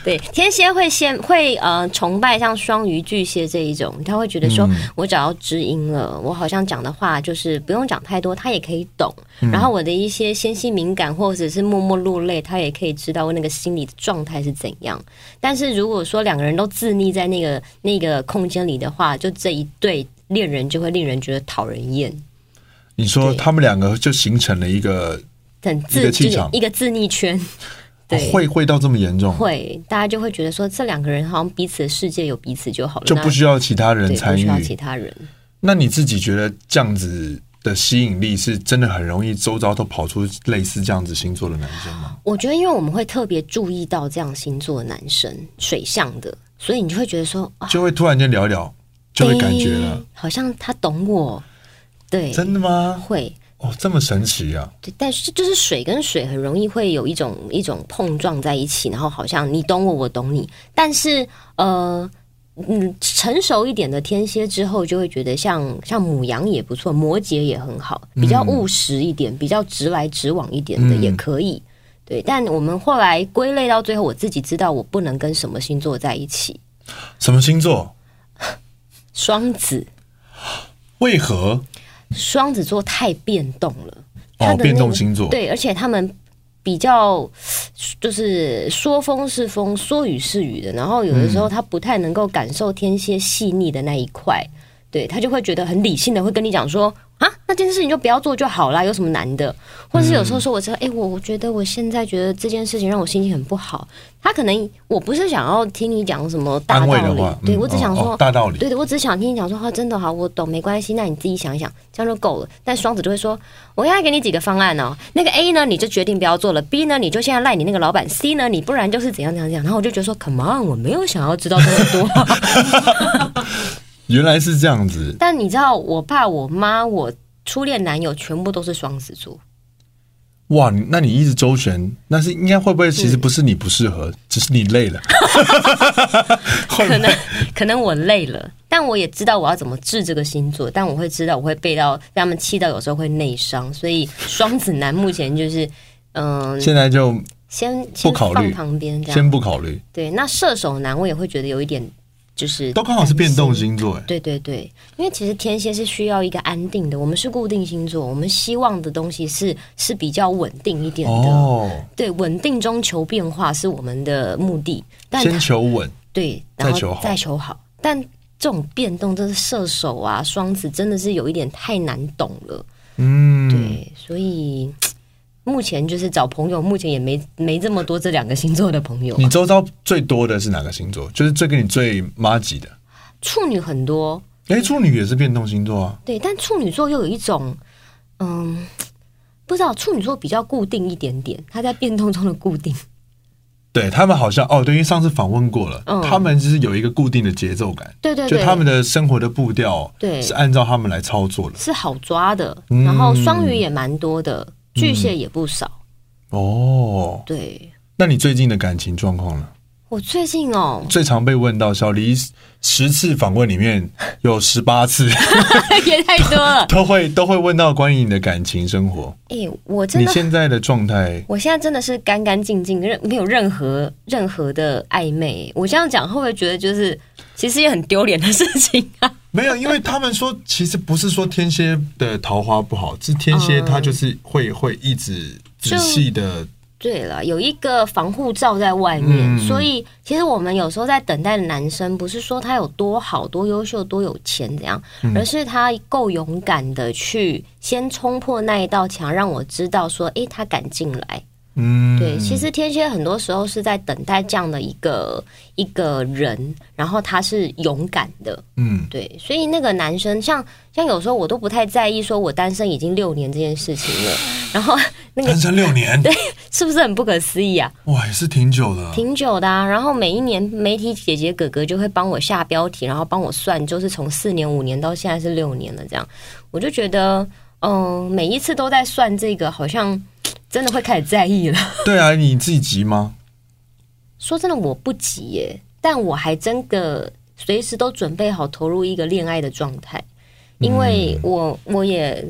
Speaker 2: 对，天蝎会先会呃崇拜像双鱼、巨蟹这一种，他会觉得说，我只要知音了，我好像讲的话就是不用讲太多，他也可以懂。然后我的一些纤细敏感或者是默默落泪，他也可以知道那个心理的状态是怎样。但是如果说两个人都自溺在那个那个空间里的话，就这一对恋人就会令人觉得讨人厌。
Speaker 1: 你说他们两个就形成了一个
Speaker 2: 很
Speaker 1: 一个
Speaker 2: 自
Speaker 1: 气
Speaker 2: 就是
Speaker 1: 场
Speaker 2: 一个自溺圈， 对，
Speaker 1: 哦会会到这么严重，
Speaker 2: 会大家就会觉得说，这两个人好像彼此的世界有彼此就好了，
Speaker 1: 就不需要其他
Speaker 2: 那
Speaker 1: 人
Speaker 2: 对不
Speaker 1: 参
Speaker 2: 需要其
Speaker 1: 与。
Speaker 2: 他人。
Speaker 1: 那你自己觉得这样子的吸引力是真的很容易，周遭都跑出类似这样子星座的男生吗？
Speaker 2: 我觉得，因为我们会特别注意到这样星座的男生，水象的，所以你就会觉得说，啊，
Speaker 1: 就会突然间聊一聊，就会感觉
Speaker 2: 诶
Speaker 1: 了，
Speaker 2: 好像他懂我，对，
Speaker 1: 真的吗？
Speaker 2: 会。
Speaker 1: 哦，这么神奇啊！
Speaker 2: 对，但是就是水跟水很容易会有一种一种碰撞在一起，然后好像你懂我，我懂你。但是呃，嗯，成熟一点的天蝎之后，就会觉得像像母羊也不错，摩羯也很好，比较务实一点，比较直来直往一点的
Speaker 1: 嗯
Speaker 2: 也可以。对，但我们后来归类到最后，我自己知道我不能跟什么星座在一起，
Speaker 1: 什么星座？
Speaker 2: 双子。
Speaker 1: 为何？
Speaker 2: 双子座太变动了，
Speaker 1: 哦
Speaker 2: 他的那个
Speaker 1: 变动星座
Speaker 2: 对，而且他们比较就是说风是风，说雨是雨的，然后有的时候
Speaker 1: 嗯
Speaker 2: 他不太能够感受天蝎细腻的那一块，对他就会觉得很理性的会跟你讲说。啊，那件事情就不要做就好啦，有什么难的？或者是有
Speaker 1: 嗯
Speaker 2: 时候说我说，哎、我我觉得我现在觉得这件事情让我心情很不好。他可能我不是想要听你讲什么大
Speaker 1: 安慰
Speaker 2: 道
Speaker 1: 的
Speaker 2: 理
Speaker 1: 话，，
Speaker 2: 对
Speaker 1: 嗯
Speaker 2: 我只想
Speaker 1: 哦
Speaker 2: 说、
Speaker 1: 哦大道理。
Speaker 2: 对的，我只想听你讲说，哦，真的好，我懂，没关系，那你自己想一想，这样就够了。但双子就会说，我要给你几个方案哦，那个 A 呢，你就决定不要做了；B 呢，你就现在赖你那个老板；C 呢，你不然就是怎样怎样怎样。然后我就觉得说，Come on，我没有想要知道这么多。
Speaker 1: 原来是这样子，
Speaker 2: 但你知道，我爸、我妈、我初恋男友全部都是双子座，
Speaker 1: 哇！你那你一直周旋，那是应该会不会其实不是你不适合，只是你累 了？ 会不
Speaker 2: 可
Speaker 1: 会
Speaker 2: 能可能我累了，但我也知道我要怎么治这个星座，但我会知道我会被到被他们气到，有时候会内伤。所以双子男目前就是，嗯、
Speaker 1: 现在就
Speaker 2: 先
Speaker 1: 不
Speaker 2: 先
Speaker 1: 考虑
Speaker 2: 放旁边这样。
Speaker 1: 先不考虑，
Speaker 2: 对，那射手男我也会觉得有一点就是
Speaker 1: 都刚好是变动
Speaker 2: 担心。
Speaker 1: 星座，哎，
Speaker 2: 对对对，因为其实天蝎是需要一个安定的，我们是固定星座，我们希望的东西是是比较稳定一点的。
Speaker 1: 哦，
Speaker 2: 对，稳定中求变化是我们的目的，但
Speaker 1: 先求稳，
Speaker 2: 对，
Speaker 1: 再
Speaker 2: 然后
Speaker 1: 求好
Speaker 2: 再求好，但。这种变动，真是射手啊、双子，真的是有一点太难懂了。
Speaker 1: 嗯，
Speaker 2: 对，所以目前就是找朋友，目前也没没这么多这两个星座的朋友、
Speaker 1: 你周遭最多的是哪个星座？就是最跟你最妈吉的？
Speaker 2: 处女很多，
Speaker 1: 哎，处女也是变动星座啊，
Speaker 2: 对，但处女座又有一种，嗯，不知道处女座比较固定一点点，它在变动中的固 定，
Speaker 1: 对他们好像哦，对，因为上次访问过了，
Speaker 2: 嗯
Speaker 1: 他们就是有一个固定的节奏感，
Speaker 2: 对对
Speaker 1: 就
Speaker 2: 对，
Speaker 1: 他们的生活的步调，
Speaker 2: 对
Speaker 1: 是按照他们来操作的。
Speaker 2: 是好抓的，
Speaker 1: 嗯
Speaker 2: 然后双鱼也蛮多的，巨蟹也不少，
Speaker 1: 哦，
Speaker 2: 对。
Speaker 1: 那你最近的感情状况呢？，
Speaker 2: 我最近哦
Speaker 1: 最常被问到，小黎十次访问里面有十八次
Speaker 2: 也太多了。
Speaker 1: 都会都会问到关于你的感情生活，
Speaker 2: 诶，哎我真
Speaker 1: 你
Speaker 2: 的，
Speaker 1: 现在的状态。
Speaker 2: 我现在真的是干干净净，任没有任何任何的暧昧。我这样讲会不会觉得就是，其实也很丢脸的事情啊？
Speaker 1: 没有，因为他们说，其实不是说天蝎的桃花不好，是天蝎他就是会会一直仔细的，
Speaker 2: 对了，有一个防护罩在外面，
Speaker 1: 嗯
Speaker 2: 所以其实我们有时候在等待的男生，不是说他有多好、多优秀、多有钱怎样，
Speaker 1: 嗯
Speaker 2: 而是他够勇敢的去先冲破那一道墙，让我知道说，诶，他敢进来。
Speaker 1: 嗯，
Speaker 2: 对，其实天蝎很多时候是在等待这样的一个一个人，然后他是勇敢的，
Speaker 1: 嗯，
Speaker 2: 对，所以那个男生像像有时候我都不太在意，说我单身已经六年这件事情了，然后 那个
Speaker 1: 单身六年，
Speaker 2: 是不是很不可思议啊？
Speaker 1: 哇，也是挺久的啊，
Speaker 2: 挺久的啊。然后每一年媒体姐姐哥哥就会帮我下标题，然后帮我算，就是从四年、五年到现在是六年了，这样我就觉得，嗯、每一次都在算这个，好像嘖真的会开始在意了。
Speaker 1: 对啊，你自己急吗？
Speaker 2: 说真的，我不急耶，但我还真的随时都准备好投入一个恋爱的状态，因为我我也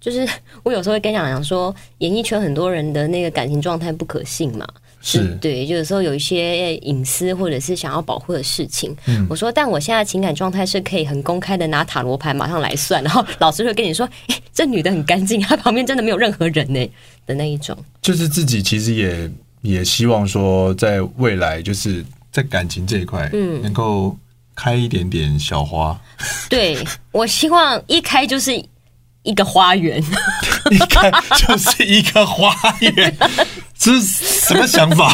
Speaker 2: 就是我有时候会跟讲讲说，演艺圈很多人的那个感情状态不可信嘛，
Speaker 1: 是
Speaker 2: 对，就有时候有一些隐私或者是想要保护的事情，
Speaker 1: 嗯
Speaker 2: 我说，但我现在情感状态是可以很公开的拿塔罗牌马上来算，然后老师会跟你说，哎、这女的很干净，她旁边真的没有任何人呢、的那一种，
Speaker 1: 就是自己其实也也希望说，在未来就是在感情这一块，
Speaker 2: 嗯
Speaker 1: 能够开一点点小花，
Speaker 2: 对我希望一开就是一个花园，
Speaker 1: 一看就是一个花园，这是什么想 法？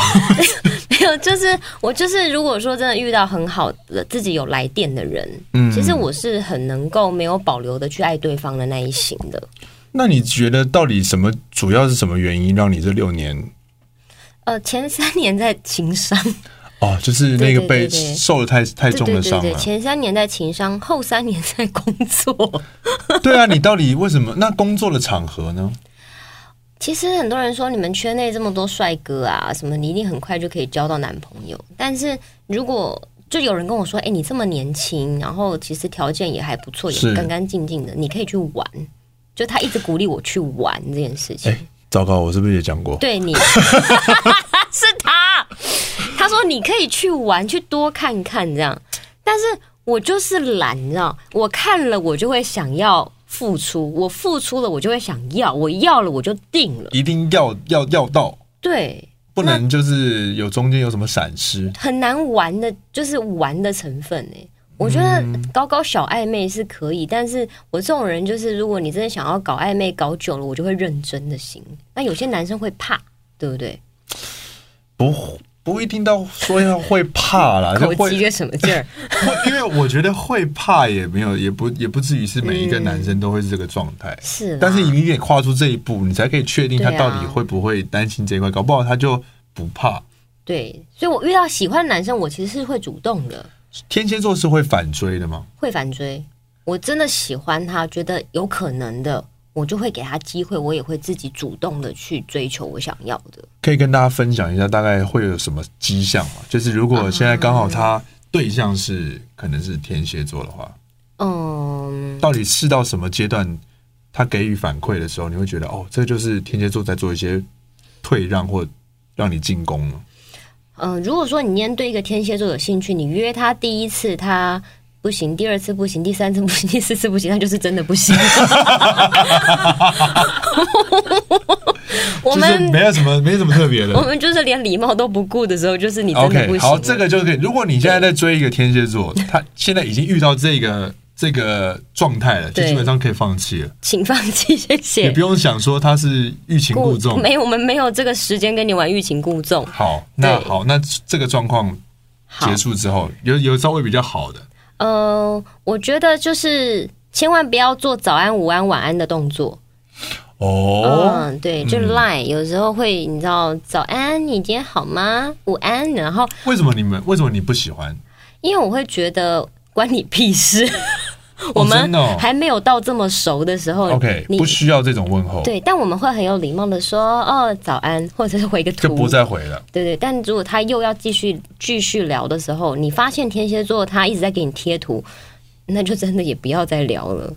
Speaker 2: 没有，就是我就是如果说真的遇到很好的自己有来电的人，
Speaker 1: 嗯
Speaker 2: 其实我是很能够没有保留的去爱对方的那一型的。
Speaker 1: 那你觉得到底什么主要是什么原因让你这六年
Speaker 2: 呃，前三年在情商，
Speaker 1: 哦，就是那个被
Speaker 2: 对对对对
Speaker 1: 受了太太重的伤
Speaker 2: 对对对
Speaker 1: 了
Speaker 2: 对，？前三年在情商，后三年在工作。
Speaker 1: 对啊，你到底为什么？那工作的场合呢？
Speaker 2: 其实很多人说你们圈内这么多帅哥啊，什么你一定很快就可以交到男朋友。但是如果就有人跟我说，哎、你这么年轻，然后其实条件也还不错，
Speaker 1: 是
Speaker 2: 也干干净净的，你可以去玩。就他一直鼓励我去玩这件事情。
Speaker 1: 哎，糟糕，我是不是也讲过？
Speaker 2: 对 你是他，他说你可以去玩，去多看看这样。但是我就是懒，你知道，我看了我就会想要付出，我付出了我就会想要，我要了我就定了。
Speaker 1: 一定要要要到，
Speaker 2: 对，
Speaker 1: 不能就是有中间有什么闪失。
Speaker 2: 很难玩的，就是玩的成分哎、我觉得
Speaker 1: 嗯
Speaker 2: 搞搞小暧昧是可以，但是我这种人就是，如果你真的想要搞暧昧搞久了，我就会认真的行。那有些男生会怕，对不对？
Speaker 1: 不不一定到说要会怕啦，就
Speaker 2: 口急
Speaker 1: 会，
Speaker 2: 个什么 劲儿？
Speaker 1: 因为我觉得会怕也没有，也不也不至于是每一个男生都会是这个状态。
Speaker 2: 是啦，
Speaker 1: 但是你得跨出这一步，你才可以确定他
Speaker 2: 对啊
Speaker 1: 到底会不会担心这一块，搞不好他就不怕。
Speaker 2: 对，所以我遇到喜欢的男生，我其实是会主动的，
Speaker 1: 天蝎座是会反追的吗？
Speaker 2: 会反追。我真的喜欢他，觉得有可能的，我就会给他机会，我也会自己主动的去追求我想要的。
Speaker 1: 可以跟大家分享一下，大概会有什么迹象吗？就是如果现在刚好他对象是可能是天蝎座的话，
Speaker 2: 嗯，
Speaker 1: 到底试到什么阶段，他给予反馈的时候，你会觉得哦，这就是天蝎座在做一些退让或让你进攻了。
Speaker 2: 嗯、如果说你今天对一个天蝎座有兴趣，你约他第一次他不行，第二次不行，第三次不行，第四次不行，那 就是真的 不行。我
Speaker 1: 就是
Speaker 2: 们
Speaker 1: 没有什么，没什么特别
Speaker 2: 我
Speaker 1: 的。
Speaker 2: 们就是连礼貌都不顾的时候，就是你真的不
Speaker 1: OK，
Speaker 2: 行。
Speaker 1: 好，这个就可以。如果你现在在追一个天蝎座，他现在已经遇到这个这个状态了，就
Speaker 2: 对
Speaker 1: 基本上可以放弃了，
Speaker 2: 请放弃，谢谢。
Speaker 1: 也不用想说他是欲擒故纵。
Speaker 2: 没有，我们没有这个时间跟你玩欲擒故纵。
Speaker 1: 好，那
Speaker 2: 对
Speaker 1: 好，那这个状况
Speaker 2: 好
Speaker 1: 结，束之后，有有稍微比较好的，
Speaker 2: 呃，我觉得就是千万不要做早安、午安、晚安的动作。
Speaker 1: 哦，
Speaker 2: 嗯，对，就
Speaker 1: 嗯
Speaker 2: Line、有时候会，你知道，早安，你今天好吗？午安，然后
Speaker 1: 为什么你们为什么你不喜欢？
Speaker 2: 因为我会觉得关你屁事，我
Speaker 1: 真
Speaker 2: 们
Speaker 1: 的哦
Speaker 2: 还没有到这么熟的时候
Speaker 1: OK，
Speaker 2: 哦你
Speaker 1: 不需要这种问候，
Speaker 2: 对，但我们会很有礼貌的说，哦，早安，或者是回个图，
Speaker 1: 就不再回了。
Speaker 2: 对对，但如果他又要继续继续聊的时候，你发现天蝎座他一直在给你贴图，那就真的也不要再聊了。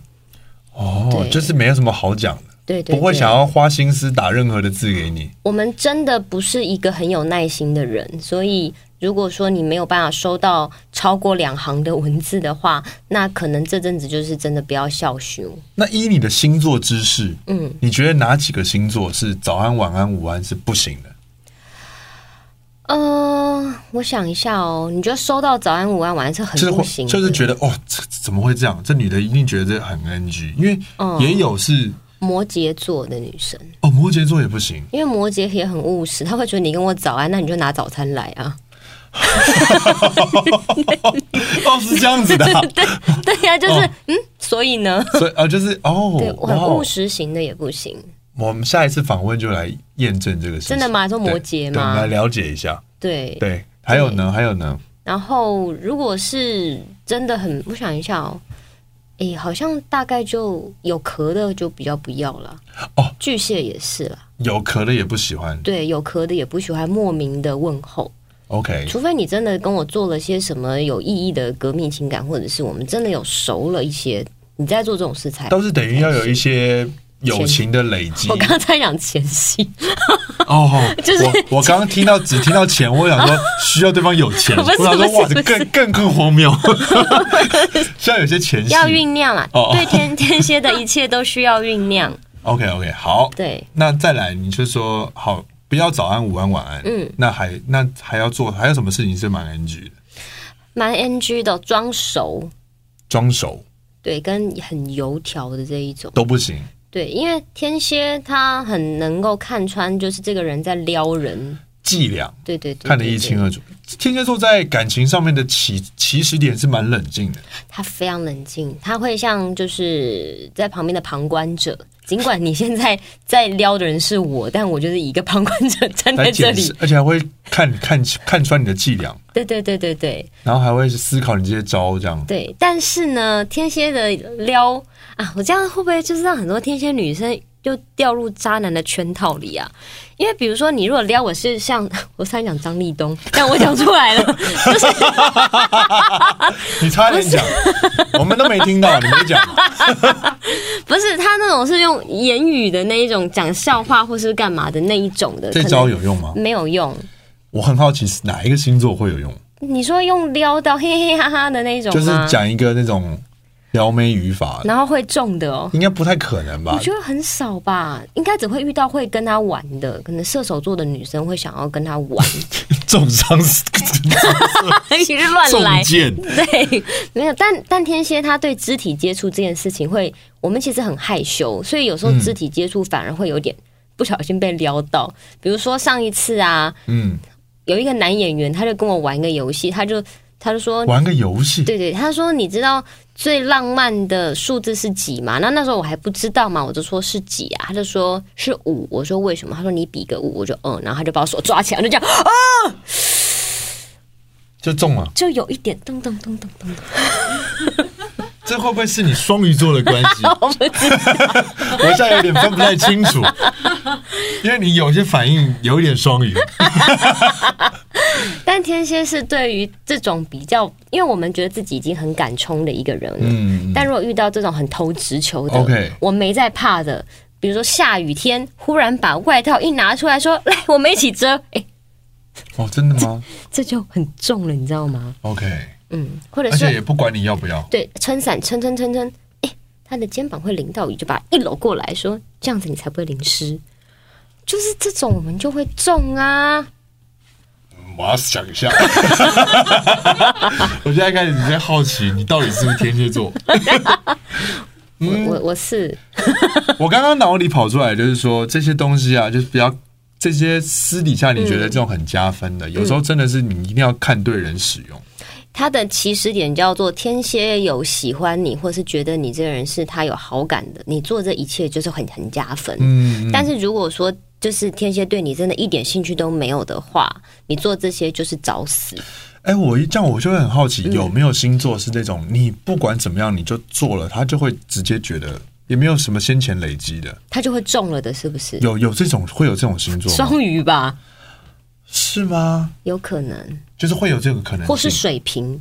Speaker 1: 哦，
Speaker 2: 对
Speaker 1: 就是没有什么好讲的，
Speaker 2: 对对
Speaker 1: 不会
Speaker 2: 对
Speaker 1: 想要花心思打任何的字给你。
Speaker 2: 我们真的不是一个很有耐心的人，所以如果说你没有办法收到超过两行的文字的话，那可能这阵子就是真的不要笑羞。
Speaker 1: 那依你的星座知识，
Speaker 2: 嗯，
Speaker 1: 你觉得哪几个星座是早安、晚安、午安是不行的？
Speaker 2: 呃，我想一下哦，你觉得收到早安、午安、晚安是很
Speaker 1: 就是
Speaker 2: 不
Speaker 1: 会
Speaker 2: 行的，
Speaker 1: 就是觉得哦，这这怎么会这样？这女的一定觉得这很 NG，因为
Speaker 2: 嗯
Speaker 1: 也有是、
Speaker 2: 摩羯座的女生，
Speaker 1: 哦，摩羯座也不行。
Speaker 2: 因为摩羯也很务实，他会觉得你跟我早安，那你就拿早餐来啊。
Speaker 1: 哦，是这样子的啊、
Speaker 2: 对呀、就是、
Speaker 1: 哦
Speaker 2: 嗯，所以呢，
Speaker 1: 所以啊、就是哦
Speaker 2: 对，，我
Speaker 1: 哇
Speaker 2: 很务
Speaker 1: 哦，
Speaker 2: 实型的也不行。
Speaker 1: 我们下一次访问就来验证这个事情。
Speaker 2: 真的吗说摩羯
Speaker 1: 对对我
Speaker 2: 吗
Speaker 1: 们来了解一下。
Speaker 2: 对，
Speaker 1: 对，还有呢，还有呢，
Speaker 2: 然后如果是真的很，我想一下哦，诶，好像大概就有壳的就比较不要了。
Speaker 1: 哦，
Speaker 2: 巨蟹也是啦，
Speaker 1: 有壳的也不喜欢。
Speaker 2: 对，有壳的也不喜欢莫名的问候，
Speaker 1: OK，
Speaker 2: 除非你真的跟我做了些什么有意义的革命情感，或者是我们真的有熟了一些，你在做这种事才
Speaker 1: 都是等于要有一些友情的累积。
Speaker 2: 我刚才讲前戏，
Speaker 1: 哦，
Speaker 2: 就是
Speaker 1: 我我刚刚听到只听到钱，我想说需要对方有 钱，
Speaker 2: 不是
Speaker 1: 我想说
Speaker 2: 不是
Speaker 1: 哇，
Speaker 2: 不
Speaker 1: 这
Speaker 2: 是
Speaker 1: 更更更荒谬。 现在有些前戏
Speaker 2: 要酝酿啦。
Speaker 1: 哦
Speaker 2: 对天 天蝎的一切都需要酝酿。
Speaker 1: OK OK，好，
Speaker 2: 对，
Speaker 1: 那再来你就说好，不要早安、午安、晚安。
Speaker 2: 嗯，
Speaker 1: 那还那还要做，还有什么事情是蛮 NG 的？
Speaker 2: 蛮 NG 的，装熟，
Speaker 1: 装熟
Speaker 2: 对，跟很油条的这一种。
Speaker 1: 都不行。
Speaker 2: 对，因为天蝎他很能够看穿，就是这个人在撩人。
Speaker 1: 伎俩
Speaker 2: 对对对
Speaker 1: 看得一清
Speaker 2: 二。
Speaker 1: 二楚。天蝎座在感情上面的起起始点是蛮冷静的，
Speaker 2: 他非常冷静，他会像就是在旁边的旁观者。尽管你现在在撩的人是我，但我就是以一个旁观者站
Speaker 1: 来
Speaker 2: 在这
Speaker 1: 检
Speaker 2: 里
Speaker 1: 视。，而且还会看看看穿你的伎俩，
Speaker 2: 对对对对对
Speaker 1: 然后还会思考你这些招这 样。
Speaker 2: 对。但是呢，天蝎的撩啊，我这样会不会就是让很多天蝎女生就掉入渣男的圈套里啊？因为比如说，你如果撩我是像 我虽然讲张 立东，但我讲出来了，就是
Speaker 1: 你差点讲，我们都没听到，你没讲。
Speaker 2: 不是他那种是用言语的那一种讲笑话或是干嘛的那一种的，
Speaker 1: 这
Speaker 2: 可能
Speaker 1: 招有用吗？
Speaker 2: 没有用。
Speaker 1: 我很好奇是哪一个星座会有用，
Speaker 2: 你说用撩到嘿嘿哈哈的那种
Speaker 1: 就是
Speaker 2: 吗？
Speaker 1: 讲一个那种撩妹语法，
Speaker 2: 然后会中的哦。
Speaker 1: 应该不太可能吧
Speaker 2: 我？觉得很少吧，应该只会遇到会跟他玩的，可能射手座的女生会想要跟他玩，
Speaker 4: 重伤是
Speaker 2: 其实乱
Speaker 4: 重
Speaker 2: 来。
Speaker 4: 剑，
Speaker 2: 对，没有，但但天蝎他对肢体接触这件事情会，我们其实很害羞，所以有时候肢体接触反而会有点不小心被撩到。比如说上一次啊，
Speaker 1: 嗯，
Speaker 2: 有一个男演员他就跟我玩一个游戏，他就他就说
Speaker 1: 玩个游戏，
Speaker 2: 对对，他说你知道最浪漫的数字是几吗？那那时候我还不知道嘛，我就说是几啊，他就说是五，我说为什么？他说你比个五，我就嗯，然后他就把我手抓起来，就这样， 啊、
Speaker 1: 就中了。
Speaker 2: 就有一点咚咚咚咚咚咚，
Speaker 1: 这会不会是你双鱼座的关 系？ 我现在有点分不太清楚，因为你有些反应有一点双鱼，
Speaker 2: 但天蝎是对于这种比较，因为我们觉得自己已经很敢冲的一个人了，
Speaker 1: 嗯，
Speaker 2: 但如果遇到这种很投直球的
Speaker 1: OK
Speaker 2: 我没在怕的，比如说下雨天忽然把外套一拿出来说，来我们一起遮， 哎，
Speaker 1: 哦，真的吗
Speaker 2: 这就很重了，你知道吗？
Speaker 1: ？OK，
Speaker 2: 嗯，或者
Speaker 1: 而
Speaker 2: 是
Speaker 1: 且也不管你要不要，
Speaker 2: 对，撑伞撑撑撑撑，哎、他的肩膀会淋到雨，就把他一搂过来说，这样子你才不会淋湿。就是这种，我们就会中啊！
Speaker 1: 嗯我要想一下。 我现在开始在好奇，你到底是不是天蝎 座？
Speaker 2: 我
Speaker 1: 嗯
Speaker 2: 我我是
Speaker 1: 我刚刚脑里跑出来就是说这些东西啊，就是比较这些私底下你觉得这种很加分的，有时候真的是你一定要看对人使用。
Speaker 2: 他的起始点叫做天蝎有喜欢你，或是觉得你这个人是他有好感的，你做这一切就是很很加分。
Speaker 1: 嗯，
Speaker 2: 但是如果说就是天蝎对你真的一点兴趣都没有的话，你做这些就是找死。
Speaker 1: 哎、我一这样我就会很好奇，有没有星座是那种你不管怎么样你就做了，他就会直接觉得也没有什么先前累积的，
Speaker 2: 他就会中了的，是不是？
Speaker 1: 有有这种会有这种星座吗？
Speaker 2: 双鱼吧，
Speaker 1: 是吗？
Speaker 2: 有可能，
Speaker 1: 就是会有这个可能
Speaker 2: 或是
Speaker 1: 性，
Speaker 2: 水瓶，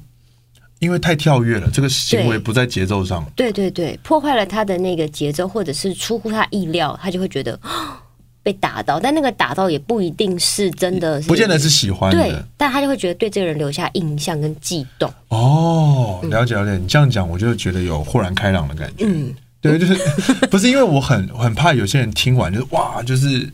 Speaker 1: 因为太跳跃了，这个行为
Speaker 2: 对
Speaker 1: 不在节奏上。
Speaker 2: 对对对，破坏了他的那个节奏，或者是出乎他意料，他就会觉得 啊被打到，但那个打到也不一定是真的是，
Speaker 1: 不见得是喜欢
Speaker 2: 对
Speaker 1: 的，
Speaker 2: 但他就会觉得对这个人留下印象跟悸动。
Speaker 1: 哦，
Speaker 2: 嗯
Speaker 1: 了解了解。你这样讲，我就觉得有豁然开朗的感觉。嗯，对，就是不是因 为我很很怕有些人听完就是哇，就是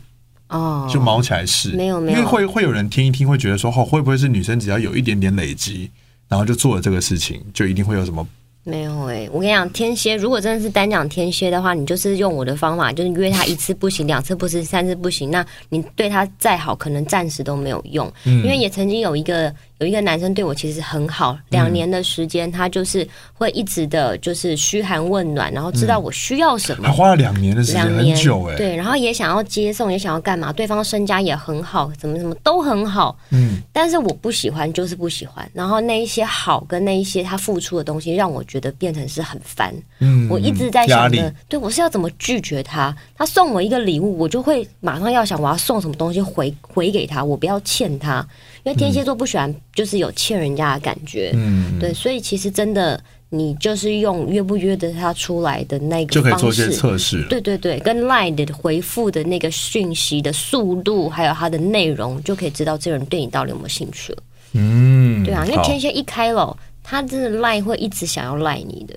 Speaker 2: 哦，
Speaker 1: 就毛起来试，
Speaker 2: 没有没有
Speaker 1: 因为会会有人听一听，会觉得说，哦，会不会是女生只要有一点点累积，然后就做了这个事情，就一定会有什么？
Speaker 2: 没有哎、我跟你讲，天蝎如果真的是单讲天蝎的话，你就是用我的方法，就是约他一次不行，两次不行，三次不行，那你对他再好，可能暂时都没有用。
Speaker 1: 嗯
Speaker 2: 因为也曾经有一个有一个男生对我其实很好，两年的时间，他就是会一直的就是嘘寒问暖，然后
Speaker 1: 嗯
Speaker 2: 知道我需要什么
Speaker 1: 还。花了两年的时间，
Speaker 2: 嗯两
Speaker 1: 很
Speaker 2: 年
Speaker 1: 久哎、
Speaker 2: 对，然后也想要接送，也想要干嘛，对方身家也很好，怎么怎么都很好，
Speaker 1: 嗯，
Speaker 2: 但是我不喜欢，就是不喜欢。然后那一些好跟那一些他付出的东西，让我觉得变成是很烦。
Speaker 1: 嗯
Speaker 2: 我一直在
Speaker 1: 压
Speaker 2: 想
Speaker 1: 力
Speaker 2: 着，对我是要怎么拒绝他？他送我一个礼物，我就会马上要想我要送什么东西回回给他，我不要欠他，因为天蝎座不喜欢就是有欠人家的感觉。
Speaker 1: 嗯，
Speaker 2: 对，所以其实真的你就是用约不约得他出来的那个
Speaker 1: 就可以做
Speaker 2: 方
Speaker 1: 一些
Speaker 2: 式。
Speaker 1: 测试了。
Speaker 2: 对对对，跟 Line 的回复的那个讯息的速度，还有它的内容，就可以知道这个人对你到底有没有兴趣了。
Speaker 4: 嗯，
Speaker 2: 对啊，因为
Speaker 4: 好
Speaker 2: 天蝎一开了，他真的赖会一直想要赖你的。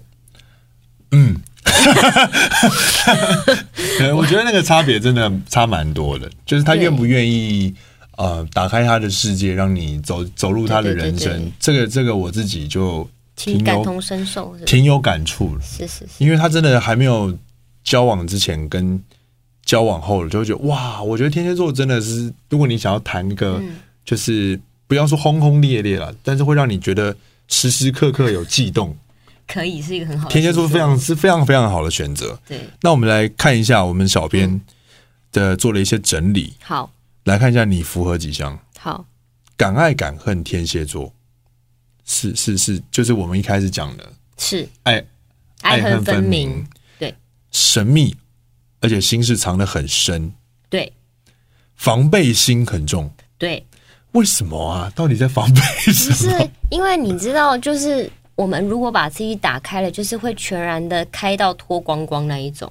Speaker 1: 嗯， 对我觉得那个差别真的差蛮多的，就是他
Speaker 2: 对
Speaker 1: 愿不愿意呃打开他的世界，让你走走入他的
Speaker 2: 对对对
Speaker 1: 人生。
Speaker 2: 对
Speaker 1: 这个这个我自己就挺
Speaker 2: 情感
Speaker 1: 有
Speaker 2: 同身受是不是
Speaker 1: 挺有感触的，
Speaker 2: 是是是，
Speaker 1: 因为他真的还没有交往之前跟交往后，就会觉得哇，我觉得天蝎座真的是，如果你想要谈一个、
Speaker 2: 嗯
Speaker 1: 就是不要说轰轰烈烈了，但是会让你觉得时时刻刻有悸动，
Speaker 2: 可以哦是一个很好的
Speaker 1: 天蝎座
Speaker 2: 星
Speaker 1: 非常是非常非常好的选择。
Speaker 2: 对，
Speaker 1: 那我们来看一下我们小
Speaker 2: 嗯
Speaker 1: 编的做了一些整理，
Speaker 2: 好
Speaker 1: 来看一下你符合几项。
Speaker 2: 好
Speaker 1: 敢爱敢恨天蝎座，是是是，就是我们一开始讲的
Speaker 2: 是
Speaker 1: 爱
Speaker 2: 爱恨分明，
Speaker 1: 明
Speaker 2: 对
Speaker 1: 神秘，而且心事藏得很深，
Speaker 2: 对
Speaker 1: 防备心很重。
Speaker 2: 对，
Speaker 1: 为什么啊？到底在防备
Speaker 2: 不
Speaker 1: 什
Speaker 2: 是
Speaker 1: 么？
Speaker 2: 因为你知道，就是我们如果把自己打开了，就是会全然的开到脱光光那一种，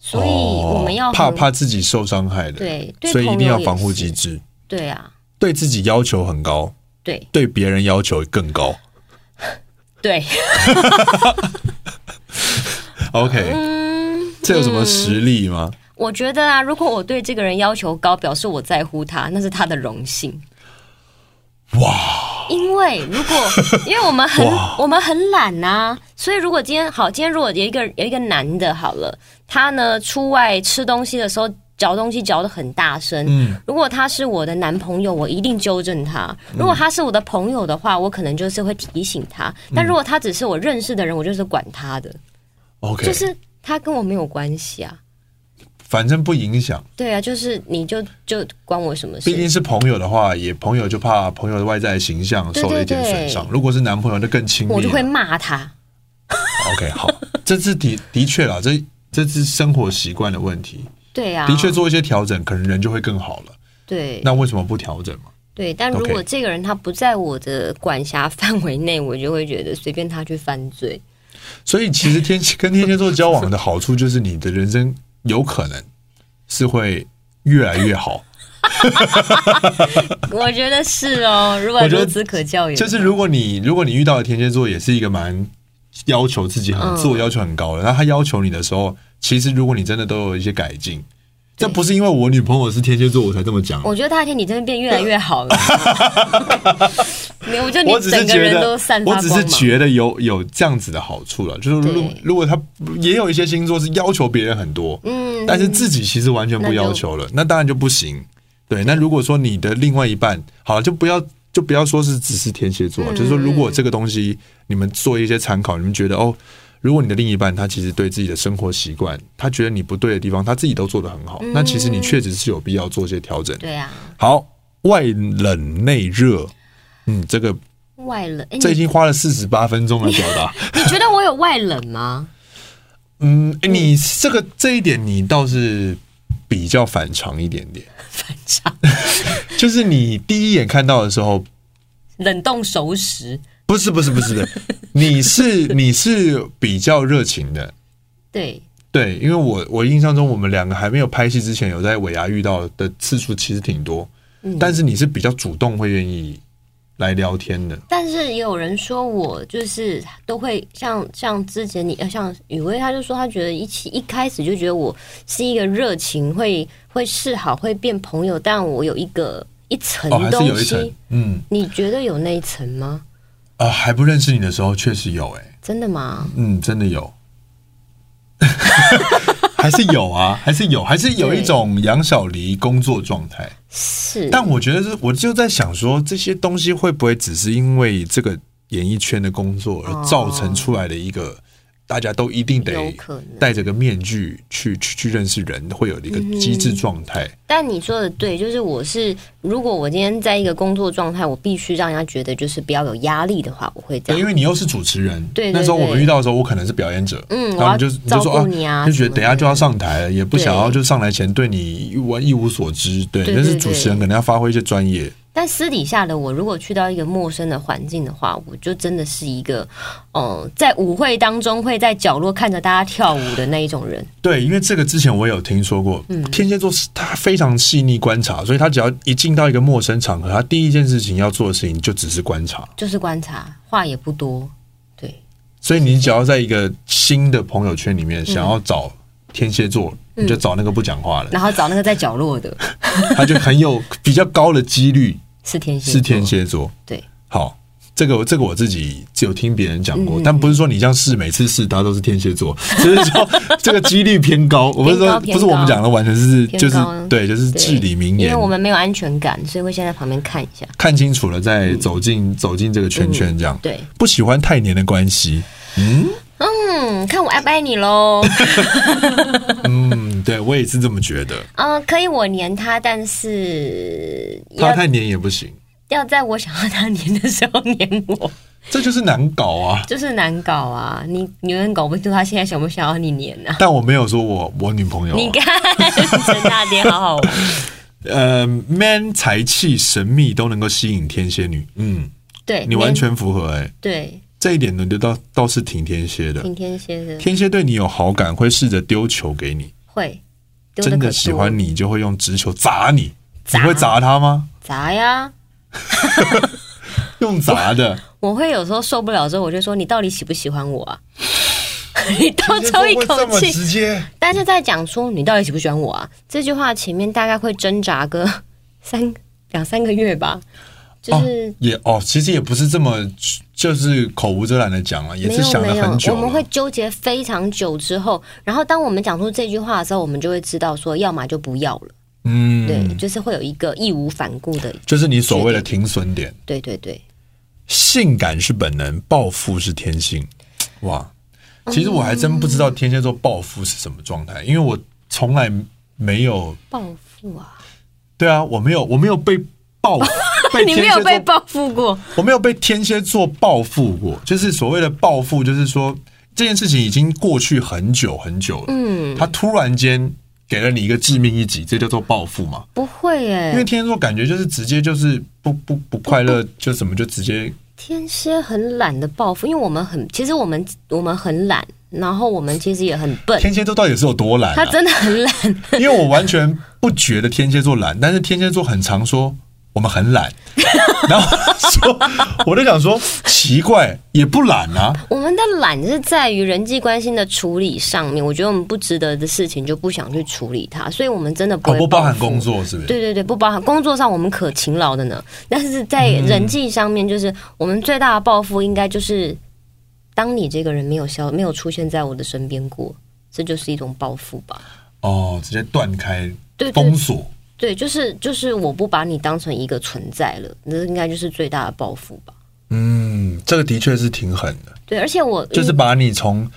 Speaker 2: 所以我们要
Speaker 1: 哦怕
Speaker 2: 很
Speaker 1: 怕自己受伤害的，
Speaker 2: 对对
Speaker 1: 所以一定要
Speaker 2: 朋友也
Speaker 1: 防护
Speaker 2: 是
Speaker 1: 机制，
Speaker 2: 对啊，
Speaker 1: 对自己要求很高，
Speaker 2: 对
Speaker 1: 对别人要求更高。
Speaker 2: 对，
Speaker 1: OK，、这有
Speaker 2: 嗯
Speaker 1: 什么实力吗？
Speaker 2: 我觉得啊，如果我对这个人要求高，表示我在乎他，那是他的荣幸。哇！因为 如果因为我们很我们很懒呐、所以如果今天好，今天如果有一个有一个男的好了，他呢出外吃东西的时候嚼东西嚼得很大声，
Speaker 1: 嗯
Speaker 2: 如果他是我的男朋友，我一定纠正他；如果他是我的朋友的话，我可能就是会提醒他。
Speaker 1: 嗯
Speaker 2: 但如果他只是我认识的人，我就是管他的，
Speaker 1: ，OK，
Speaker 2: 就是他跟我没有关系啊。
Speaker 1: 反正不影响，
Speaker 2: 对啊，就是你就就关我什么事
Speaker 1: 毕？竟是朋友的话，也朋友就怕朋友的外在形象受了一点损伤。
Speaker 2: 对对对
Speaker 1: 如果是男朋友，那更亲密了。
Speaker 2: 我就会骂他。
Speaker 1: OK，好， 这是的的确啦，这这是生活习惯的问题，
Speaker 2: 对啊，
Speaker 1: 的确做一些调整，可能人就会更好了。
Speaker 2: 对
Speaker 1: 那为什么不调整嘛？
Speaker 2: 对。但如
Speaker 1: OK
Speaker 2: 果这个人他不在我的管辖范围内，我就会觉得随便他去犯 罪。
Speaker 1: 所以其实天蝎 跟天蝎座交往的好处就是，你的人生有可能是会越来越好。
Speaker 2: 我觉得是哦，如果
Speaker 1: 我觉得
Speaker 2: 孺子可教也
Speaker 1: 就是如果你如果你遇到的天蝎座也是一个蛮要求自己很、
Speaker 2: 嗯
Speaker 1: 自我要求很高的，那他要求你的时候，其实如果你真的都有一些改进，这不是因为我女朋友是天蝎座我才这么讲，啊
Speaker 2: 我觉得大天，你真的变越来越好 了。没有，我觉得
Speaker 1: 我
Speaker 2: 你
Speaker 1: 只是
Speaker 2: 整个
Speaker 1: 觉
Speaker 2: 人都
Speaker 1: 得
Speaker 2: 散，发
Speaker 1: 我
Speaker 2: 光
Speaker 1: 只是
Speaker 2: 芒。
Speaker 1: 觉得有有这样子的好处了，就是如
Speaker 2: 对
Speaker 1: 如果他也有一些星座是要求别人很多，
Speaker 2: 嗯，
Speaker 1: 但是自己其实完全不要求了，那当然就不行。对，那如果说你的另外一半，好，就不要就不要说是只是天蝎
Speaker 2: 嗯
Speaker 1: 座，就是说如果这个东西你们做一些参考，你们觉得哦，如果你的另一半他其实对自己的生活习惯，他觉得你不对的地方，他自己都做得很好，那其实你确实是有必要做一些调整。
Speaker 2: 嗯对啊，
Speaker 1: 好，外冷内热，嗯，这个
Speaker 2: 外冷。哎，
Speaker 1: 这已
Speaker 2: 你
Speaker 1: 经花了四十八分钟来表达。
Speaker 2: 你觉得我有外冷吗？
Speaker 1: 嗯，诶你这个这一点你倒是比较反常一点点。
Speaker 2: 反常，
Speaker 1: 就是你第一眼看到的时候，
Speaker 2: 冷冻熟食。
Speaker 1: 不是不是不是 的，你是你是比较热情的，
Speaker 2: 对，
Speaker 1: 对，因为我我印象中我们两个还没有拍戏之前，有在尾牙遇到的次数其实挺多，
Speaker 2: 嗯
Speaker 1: 但是你是比较主动会愿意来聊天的，
Speaker 2: 但是也有人说我就是都会像像之前你呃像雨薇，她就说她觉得一起一开始就觉得我是一个热情，会会示好，会变朋友，但我有一个一层
Speaker 1: 哦，还是
Speaker 2: 东
Speaker 1: 有一
Speaker 2: 西。
Speaker 1: 层，嗯，
Speaker 2: 你觉得有那一层吗？
Speaker 1: 啊、还不认识你的时候确实有、哎诶，
Speaker 2: 真的吗？
Speaker 1: 嗯，真的有。 还是有啊，还是有，还是有一种杨小黎工作状态。
Speaker 2: 是，
Speaker 1: 但我觉得是，我就在想说，这些东西会不会只是因为这个演艺圈的工作而造成出来的一个，大家都一定
Speaker 2: 有
Speaker 1: 得
Speaker 2: 可能
Speaker 1: 戴着个面具去去去认识人，会有一个机制状态。
Speaker 2: 但你说的对，就是我是，如果我今天在一个工作状态，我必须让人家觉得就是不要有压力的话，我会这
Speaker 1: 对，因
Speaker 2: 样。
Speaker 1: 为你又是主持人，
Speaker 2: 对对
Speaker 1: 那时候我们
Speaker 2: 对
Speaker 1: 遇到的时候，我可能是表演者，
Speaker 2: 嗯
Speaker 1: 然后你就
Speaker 2: 我要
Speaker 1: 你就说
Speaker 2: 照顾你啊
Speaker 1: 就觉得
Speaker 2: 什么
Speaker 1: 等一下就要上台了，也不
Speaker 2: 对
Speaker 1: 想要就上来前对你一无一无所知，对，
Speaker 2: 对
Speaker 1: 但是
Speaker 2: 对
Speaker 1: 主持人可能要发挥一些专业，
Speaker 2: 但私底下的我，如果去到一个陌生的环境的话，我就真的是一个，呃，在舞会当中会在角落看着大家跳舞的那一种人。
Speaker 1: 对，因为这个之前我有听说过，天蝎座是他非常细腻观察，所以他只要一进到一个陌生场合，他第一件事情要做的事情就只是观察。
Speaker 2: 就是观察，话也不多，对，
Speaker 1: 所以你只要在一个新的朋友圈里
Speaker 2: 嗯
Speaker 1: 面想要找天蝎座，你就找那个不讲话的，
Speaker 2: 然后找那个在角落的
Speaker 1: 他就很有比较高的几率
Speaker 2: 是天蝎，
Speaker 1: 是天，蝎座。
Speaker 2: 对，
Speaker 1: 好，这个我这个我自己只有听别人讲
Speaker 2: 嗯
Speaker 1: 过，但不是说你这样试每次试他都是天蝎座，只是 说这个几率偏高。我不是
Speaker 2: 偏
Speaker 1: 说
Speaker 2: 高
Speaker 1: 不是我们讲的，完全是
Speaker 2: 偏
Speaker 1: 就是
Speaker 2: 高
Speaker 1: 对，就是至理名
Speaker 2: 因为
Speaker 1: 言。
Speaker 2: 我们没有安全感，所以会先在旁边看一下。
Speaker 1: 看清楚了再走进、走进这个圈圈，这样、
Speaker 2: 嗯对，
Speaker 1: 不喜欢太黏的关 系。
Speaker 2: 嗯，看我爱不爱你喽。
Speaker 1: 嗯，对我也是这么觉得，
Speaker 2: 嗯、可以我黏他，但是
Speaker 1: 他
Speaker 2: 要
Speaker 1: 太黏也不行，
Speaker 2: 要在我想要他黏的时候黏我，
Speaker 1: 这就是难搞啊。
Speaker 2: 就是难搞啊！你你永远搞不清楚他现在想不想要你黏啊！
Speaker 1: 但我没有说我我女朋友、
Speaker 2: 你
Speaker 1: 啊，
Speaker 2: 看， 陈大爹好好玩。
Speaker 1: 呃，man 才气神秘都能够吸引天蝎女，嗯，
Speaker 2: 对，
Speaker 1: 你
Speaker 2: 黏
Speaker 1: 完全符合哎、
Speaker 2: 对，
Speaker 1: 这一点呢就倒倒是挺天蝎的。
Speaker 2: 挺天蝎的，
Speaker 1: 天蝎对你有好感，会试着丢球给你，
Speaker 2: 会丢
Speaker 1: 真
Speaker 2: 可
Speaker 1: 的喜
Speaker 2: 多
Speaker 1: 欢你就会用直球砸你，你
Speaker 2: 砸
Speaker 1: 会砸他吗？
Speaker 2: 砸呀！
Speaker 1: 用砸 的，
Speaker 2: 我会有时候受不了之后，我就说你到底喜不喜欢我啊？ 你倒抽一
Speaker 1: 这
Speaker 2: 口
Speaker 1: 么
Speaker 2: 气，
Speaker 1: 直接。
Speaker 2: 但是在讲出你到底喜不喜欢我啊这句话前面大概会挣扎个 三两三个月吧，就是
Speaker 1: 哦、也哦，其实也不是这么就是口无遮拦的讲啊了，也
Speaker 2: 没
Speaker 1: 是
Speaker 2: 有
Speaker 1: 想了
Speaker 2: 没有，
Speaker 1: 很久
Speaker 2: 我
Speaker 1: 了
Speaker 2: 们会纠结非常久之后，然后当我们讲出这句话的时候，我们就会知道说，要么就不要了，
Speaker 1: 嗯，
Speaker 2: 对，就是会有一个义无反顾的，
Speaker 1: 就是你所谓的停损点。
Speaker 2: 对对对，
Speaker 1: 性感是本能，报复是天性。哇，其实我还真不知
Speaker 2: 嗯
Speaker 1: 道天蝎座报复是什么状态，因为我从来没有
Speaker 2: 报复啊，
Speaker 1: 对啊，我没有我没有被 报复被
Speaker 2: 你
Speaker 1: 天
Speaker 2: 没
Speaker 1: 蝎
Speaker 2: 有
Speaker 1: 座
Speaker 2: 被报复过，
Speaker 1: 我没有被天蝎座报复过，就是所谓的报复，就是说这件事情已经过去很久很久了，嗯，他突然间给了你一个致命一击，这叫做报复嘛？
Speaker 2: 不会耶、
Speaker 1: 因为天蝎座感觉就是直接就是不不不快乐就什么就直接
Speaker 2: 天蝎很懒的报复，因为我们很，其实我们我们很懒，然后我们其实也很笨，
Speaker 1: 天蝎座到底是有多懒、
Speaker 2: 他
Speaker 1: 啊？
Speaker 2: 真的很懒，
Speaker 1: 因为我完全不觉得天蝎座懒，但是天蝎座很常说我们很懒，然后说 我就想说奇怪也不懒啊，
Speaker 2: 我们的懒是在于人际关系的处理上面，我觉得我们不值得的事情就不想去处理它，所以我们真的不
Speaker 1: 哦
Speaker 2: 会
Speaker 1: 不包含
Speaker 2: 报复
Speaker 1: 工作是不是？
Speaker 2: 对对对，不包含工作上我们可勤劳的呢，
Speaker 1: 嗯
Speaker 2: 但是在人际上面，就是我们最大的报复应该就是，当你这个人没有消没有出现在我的身边过，这就是一种报复吧。
Speaker 1: 哦，直接断开
Speaker 2: 对对
Speaker 1: 封锁。
Speaker 2: 对，就是就是我不把你当成一个存在了，那应该就是最大的报复吧。
Speaker 1: 嗯，这个的确是挺狠的，
Speaker 2: 对，而且我
Speaker 1: 就是把你从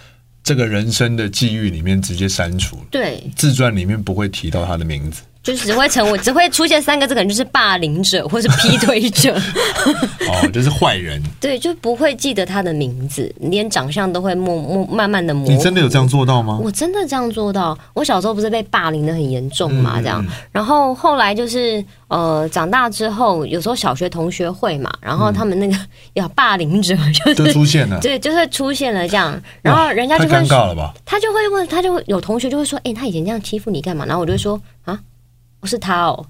Speaker 1: 这个人生的际遇里面直接删除了。
Speaker 2: 对，
Speaker 1: 自传里面不会提到他的名字，
Speaker 2: 就只会成为只 会出现三个字，可能就是霸凌者或是劈腿 者，
Speaker 1: 哦，就是坏 人。
Speaker 2: 对，就不会记得他的名字，连长相都会默默慢慢的模
Speaker 1: 你
Speaker 2: 糊
Speaker 1: 真的有这样做到吗？
Speaker 2: 我真的这样做到。我小时候不是被霸凌的很严重嘛，
Speaker 1: 嗯
Speaker 2: 这样。然后后来就是呃，长大之后，有时候小学同学会嘛，然后他们那个 要霸凌者就。
Speaker 1: 就是出现 了，
Speaker 2: 对，就是出现了这样，然后人家
Speaker 1: 太
Speaker 2: 就
Speaker 1: 尴
Speaker 2: 会
Speaker 1: 尬了吧？
Speaker 2: 他就会问，他就会有同学就会说，哎、他以前这样欺负你干嘛？然后我就会说啊，不是他哦，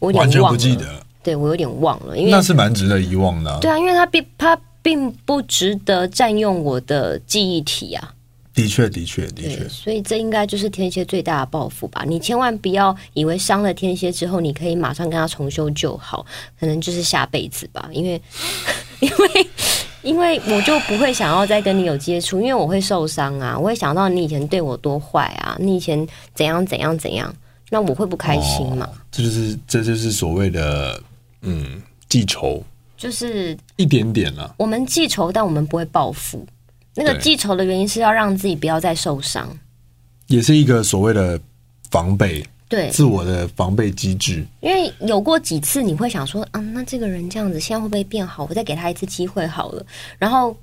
Speaker 2: 我有点
Speaker 1: 完全
Speaker 2: 忘
Speaker 1: 不
Speaker 2: 了，
Speaker 1: 记得了，
Speaker 2: 对我有点忘了，因为
Speaker 1: 那是蛮值得遗忘的啊、
Speaker 2: 对啊，因为他并他并不值得占用我的记忆体啊，
Speaker 1: 的确，的确，的
Speaker 2: 对，
Speaker 1: 确，
Speaker 2: 所以这应该就是天蝎最大的报复吧。你千万不要以为伤了天蝎之后，你可以马上跟他重修旧好，可能就是下辈子吧，因为 因为。因为我就不会想要再跟你有接触，因为我会受伤啊，我会想到你以前对我多坏啊，你以前怎样怎样怎样，那我会不开心嘛？
Speaker 1: 哦这就是这就是所谓的嗯记仇，
Speaker 2: 就是
Speaker 1: 一点点啊啦、
Speaker 2: 我们记仇，但我们不会报复。那个
Speaker 1: 对
Speaker 2: 记仇的原因是要让自己不要再受伤，
Speaker 1: 也是一个所谓的防备，
Speaker 2: 对，
Speaker 1: 自我的防备机制。
Speaker 2: 因为有过几次，你会想说，啊，那这个人这样子，现在会不会变好？我再给他一次机会好了。然后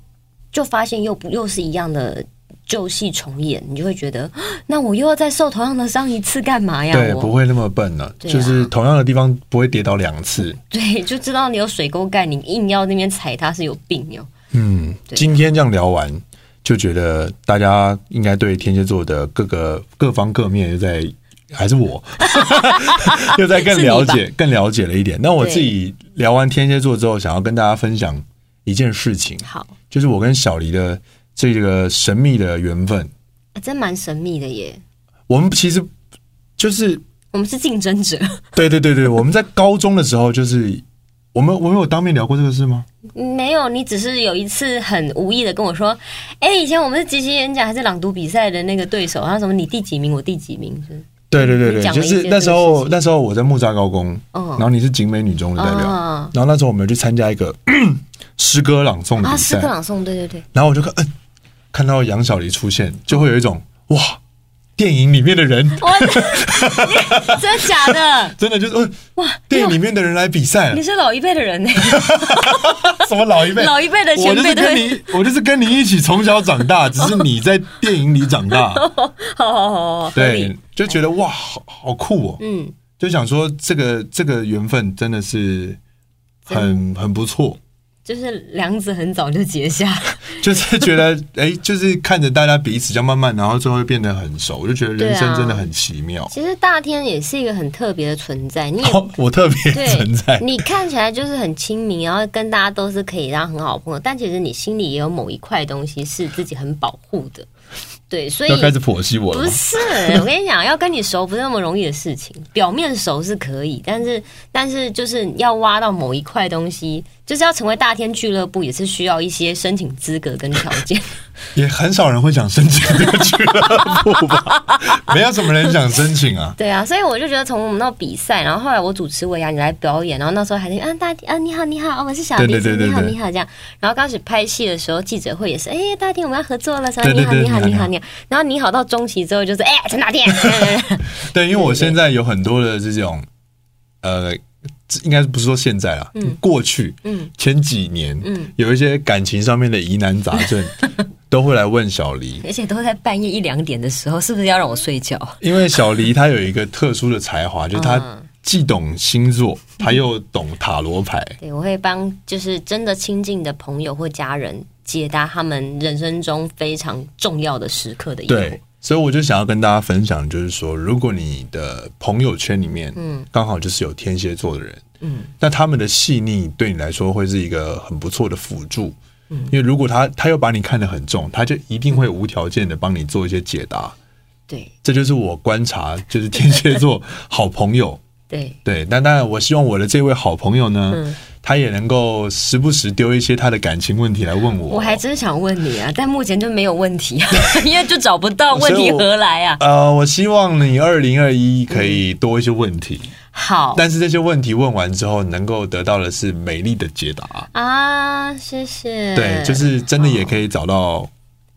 Speaker 2: 就发现又不又是一样的旧戏重演，你就会觉得， 那我又要再受同样的伤一次干嘛呀？
Speaker 1: 对，
Speaker 2: 嗯我
Speaker 1: 不会那么笨了，
Speaker 2: 对啊
Speaker 1: 就是同样的地方不会跌倒两次。
Speaker 2: 对，就知道你有水沟盖，你硬要那边踩它是有病哟。
Speaker 1: 嗯，
Speaker 2: 对
Speaker 1: 今天这样聊完，就觉得大家应该对天蝎座的各个各方各面又在。还是 我，又在更了
Speaker 2: 是
Speaker 1: 解、更了解了一点。那我
Speaker 2: 对
Speaker 1: 自己聊完天蝎座之后，想要跟大家分享一件事情，
Speaker 2: 好，
Speaker 1: 就是我跟小黎的这个神秘的缘分。
Speaker 2: 啊真蛮神秘的耶。
Speaker 1: 我们其实就是
Speaker 2: 我们是竞争者，
Speaker 1: 对对对对，我们在高中的时候就是我们我们有当面聊过这个事吗？
Speaker 2: 没有你，只是有一次很无意的跟我说，哎、以前我们是即席演讲还是朗读比赛的那个对手，然后什么你第几名，我第几名，就是
Speaker 1: 对对对对，
Speaker 2: 讲
Speaker 1: 就
Speaker 2: 了一
Speaker 1: 是
Speaker 2: 些
Speaker 1: 那时
Speaker 2: 这个事
Speaker 1: 候
Speaker 2: 情
Speaker 1: 那时候我在木栅高工，
Speaker 2: 嗯
Speaker 1: 然后你是景美女中的代表，
Speaker 2: 哦
Speaker 1: 然后那时候我们有去参加一个 诗歌朗诵
Speaker 2: 啊，
Speaker 1: 比
Speaker 2: 斯
Speaker 1: 赛，
Speaker 2: 克朗诵，对对对，
Speaker 1: 然后我就看、嗯，看到杨小黎出现，就会有一种哇，电影里面的人
Speaker 2: 我你真的假的？
Speaker 1: 真的就是、呃、
Speaker 2: 哇，
Speaker 1: 电影里面的人来比赛
Speaker 2: 你
Speaker 1: 了，
Speaker 2: 是老一辈的人呢，
Speaker 1: 什么老一辈，
Speaker 2: 老一辈的
Speaker 1: 我
Speaker 2: 前
Speaker 1: 就是
Speaker 2: 辈都
Speaker 1: 跟
Speaker 2: 会，
Speaker 1: 你，我就是跟你一起从小长大，只是你在电影里长 大，
Speaker 2: 好好好好，合
Speaker 1: 对
Speaker 2: 理，
Speaker 1: 就觉得哇，好好酷哦，
Speaker 2: 嗯，
Speaker 1: 就想说这个这个缘分真的是很很不错，
Speaker 2: 就是梁子很早就结下，
Speaker 1: 就是觉得哎，就是看着大家彼此这样慢慢，然后最后变得很熟，我就觉得人
Speaker 2: 对
Speaker 1: 生
Speaker 2: 啊
Speaker 1: 真的很奇妙。
Speaker 2: 其实大天也是一个很特别的存在，你也
Speaker 1: 哦，我特别
Speaker 2: 啊对
Speaker 1: 存在，
Speaker 2: 你看起来就是很亲民，然后跟大家都是可以当很好朋友，但其实你心里也有某一块东西是自己很保护的，对，所以
Speaker 1: 要开始剖析我了
Speaker 2: 不
Speaker 1: 吗。
Speaker 2: 是我跟你讲，要跟你熟不是那么容易的事情。表面熟是可以，但是但是就是要挖到某一块东西，就是要成为大天俱乐部，也是需要一些申请资格跟条 件。
Speaker 1: 也很少人会想申请这个俱乐部吧？ 没有什么人想申请啊。
Speaker 2: 对啊，所以我就觉得从我们那比赛，然后后来我主持维亚你来表演，然后那时候还是啊大啊你好你好，哦我是小
Speaker 1: 对
Speaker 2: 迪
Speaker 1: 对对
Speaker 2: 子，
Speaker 1: 对
Speaker 2: 你好
Speaker 1: 对
Speaker 2: 你好这样。然后刚开始拍戏的时候，记者会也是，哎大天我们要合作了，什么
Speaker 1: 对对
Speaker 2: 你好
Speaker 1: 对
Speaker 2: 你好
Speaker 1: 你好
Speaker 2: 你好
Speaker 1: 你
Speaker 2: 你好。然后你好到中期之后就是哎陈大天，
Speaker 1: 对，因为我现在有很多的这种，呃，应该不是说现在啦，过去，
Speaker 2: 嗯
Speaker 1: 前几年，
Speaker 2: 嗯
Speaker 1: 有一些感情上面的疑难杂症，都会来问小黎，
Speaker 2: 而且都在半夜一两点的时候，是不是要让我睡觉？
Speaker 1: 因为小黎她有一个特殊的才华，就是她
Speaker 2: 嗯
Speaker 1: 既懂星座，她又懂塔罗牌。
Speaker 2: 对，我会帮就是真的亲近的朋友或家人解答他们人生中非常重要的时刻的疑惑。
Speaker 1: 对，所以我就想要跟大家分享，就是说，如果你的朋友圈里面，嗯，刚好就是有天蝎座的人，嗯，那他们的细腻对你来说会是一个很不错的辅助，嗯，因为如果他他又把你看得很重，他就一定会无条件的帮你做一些解答。
Speaker 2: 对
Speaker 1: 这就是我观察，就是天蝎 座好朋友。
Speaker 2: 对，
Speaker 1: 对，但当然，我希望我的这位好朋友呢，他也能够时不时丢一些他的感情问题来问我。
Speaker 2: 我还真想问你啊，但目前就没有问题啊， 因为就找不到问
Speaker 1: 所以
Speaker 2: 题
Speaker 1: 我
Speaker 2: 何来啊？
Speaker 1: 呃，我希望你二零二一可以多一些问题。
Speaker 2: 好
Speaker 1: 但是这些问题问完之后，能够得到的是美丽的解答。
Speaker 2: 啊，谢谢。
Speaker 1: 对，就是真的也可以找到，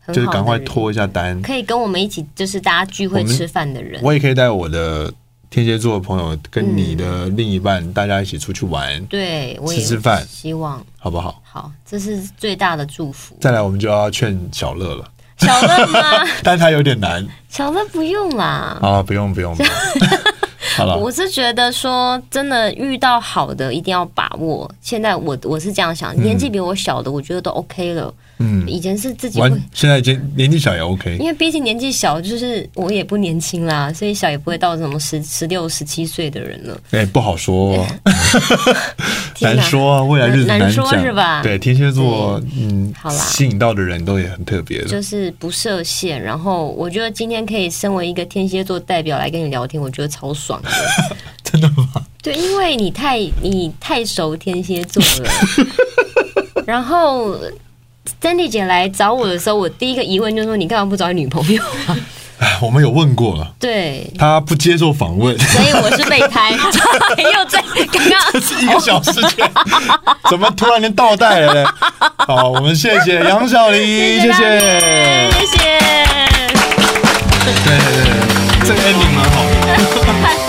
Speaker 2: 很
Speaker 1: 就是
Speaker 2: 好
Speaker 1: 赶
Speaker 2: 的
Speaker 1: 快
Speaker 2: 人
Speaker 1: 拖一下单。
Speaker 2: 可以跟我们一起，就是大家聚
Speaker 1: 我
Speaker 2: 会
Speaker 1: 们
Speaker 2: 吃饭的人。
Speaker 1: 我也可以带我的天蝎座的朋友跟你的另一半，大家一起出去玩，
Speaker 2: 对，我也
Speaker 1: 吃吃饭，
Speaker 2: 希望
Speaker 1: 好不好？
Speaker 2: 好，这是最大的祝福。
Speaker 1: 再来，我们就要劝小乐了，
Speaker 2: 小乐吗？
Speaker 1: 但他有点难
Speaker 2: 小乐不用啦。
Speaker 1: 啊，不用不用，不 用好了，
Speaker 2: 我是觉得说，真的遇到好的一定要把握。现在我我是这样想，年纪比我小的，我觉得都 OK 了。
Speaker 1: 嗯，
Speaker 2: 以前是自己会
Speaker 1: 完，，现在已经年纪小也 OK，
Speaker 2: 因为毕竟年纪小，就是我也不年轻啦，所以小也不会到什么十十六、十七岁的人了。
Speaker 1: 哎，不好说 哦，难
Speaker 2: 天哪
Speaker 1: 说啊，未来日子
Speaker 2: 难
Speaker 1: 讲
Speaker 2: 难说是吧
Speaker 1: 对，天蝎座，嗯，
Speaker 2: 好啦
Speaker 1: 吸引到的人都也很特别的，
Speaker 2: 就是不设限，然后我觉得今天可以身为一个天蝎座代表来跟你聊天，我觉得超爽的。
Speaker 1: 真的吗？
Speaker 2: 对，因为你太你太熟天蝎座 了，然后 Sandy 姐来找我的时候，我第一个疑问就是说你干嘛不找你女朋 友？
Speaker 1: 哎，我们有问过了，
Speaker 2: 对，
Speaker 1: 他不接受访问，
Speaker 2: 所以我是备胎， 又在刚刚
Speaker 1: 一个小时前， 怎么突然间倒带了呢？好，我们谢谢杨小黎，谢
Speaker 2: 谢谢
Speaker 1: 谢，
Speaker 2: 哎谢谢，
Speaker 1: 对对对，这个 ending 蛮好的。
Speaker 2: 太好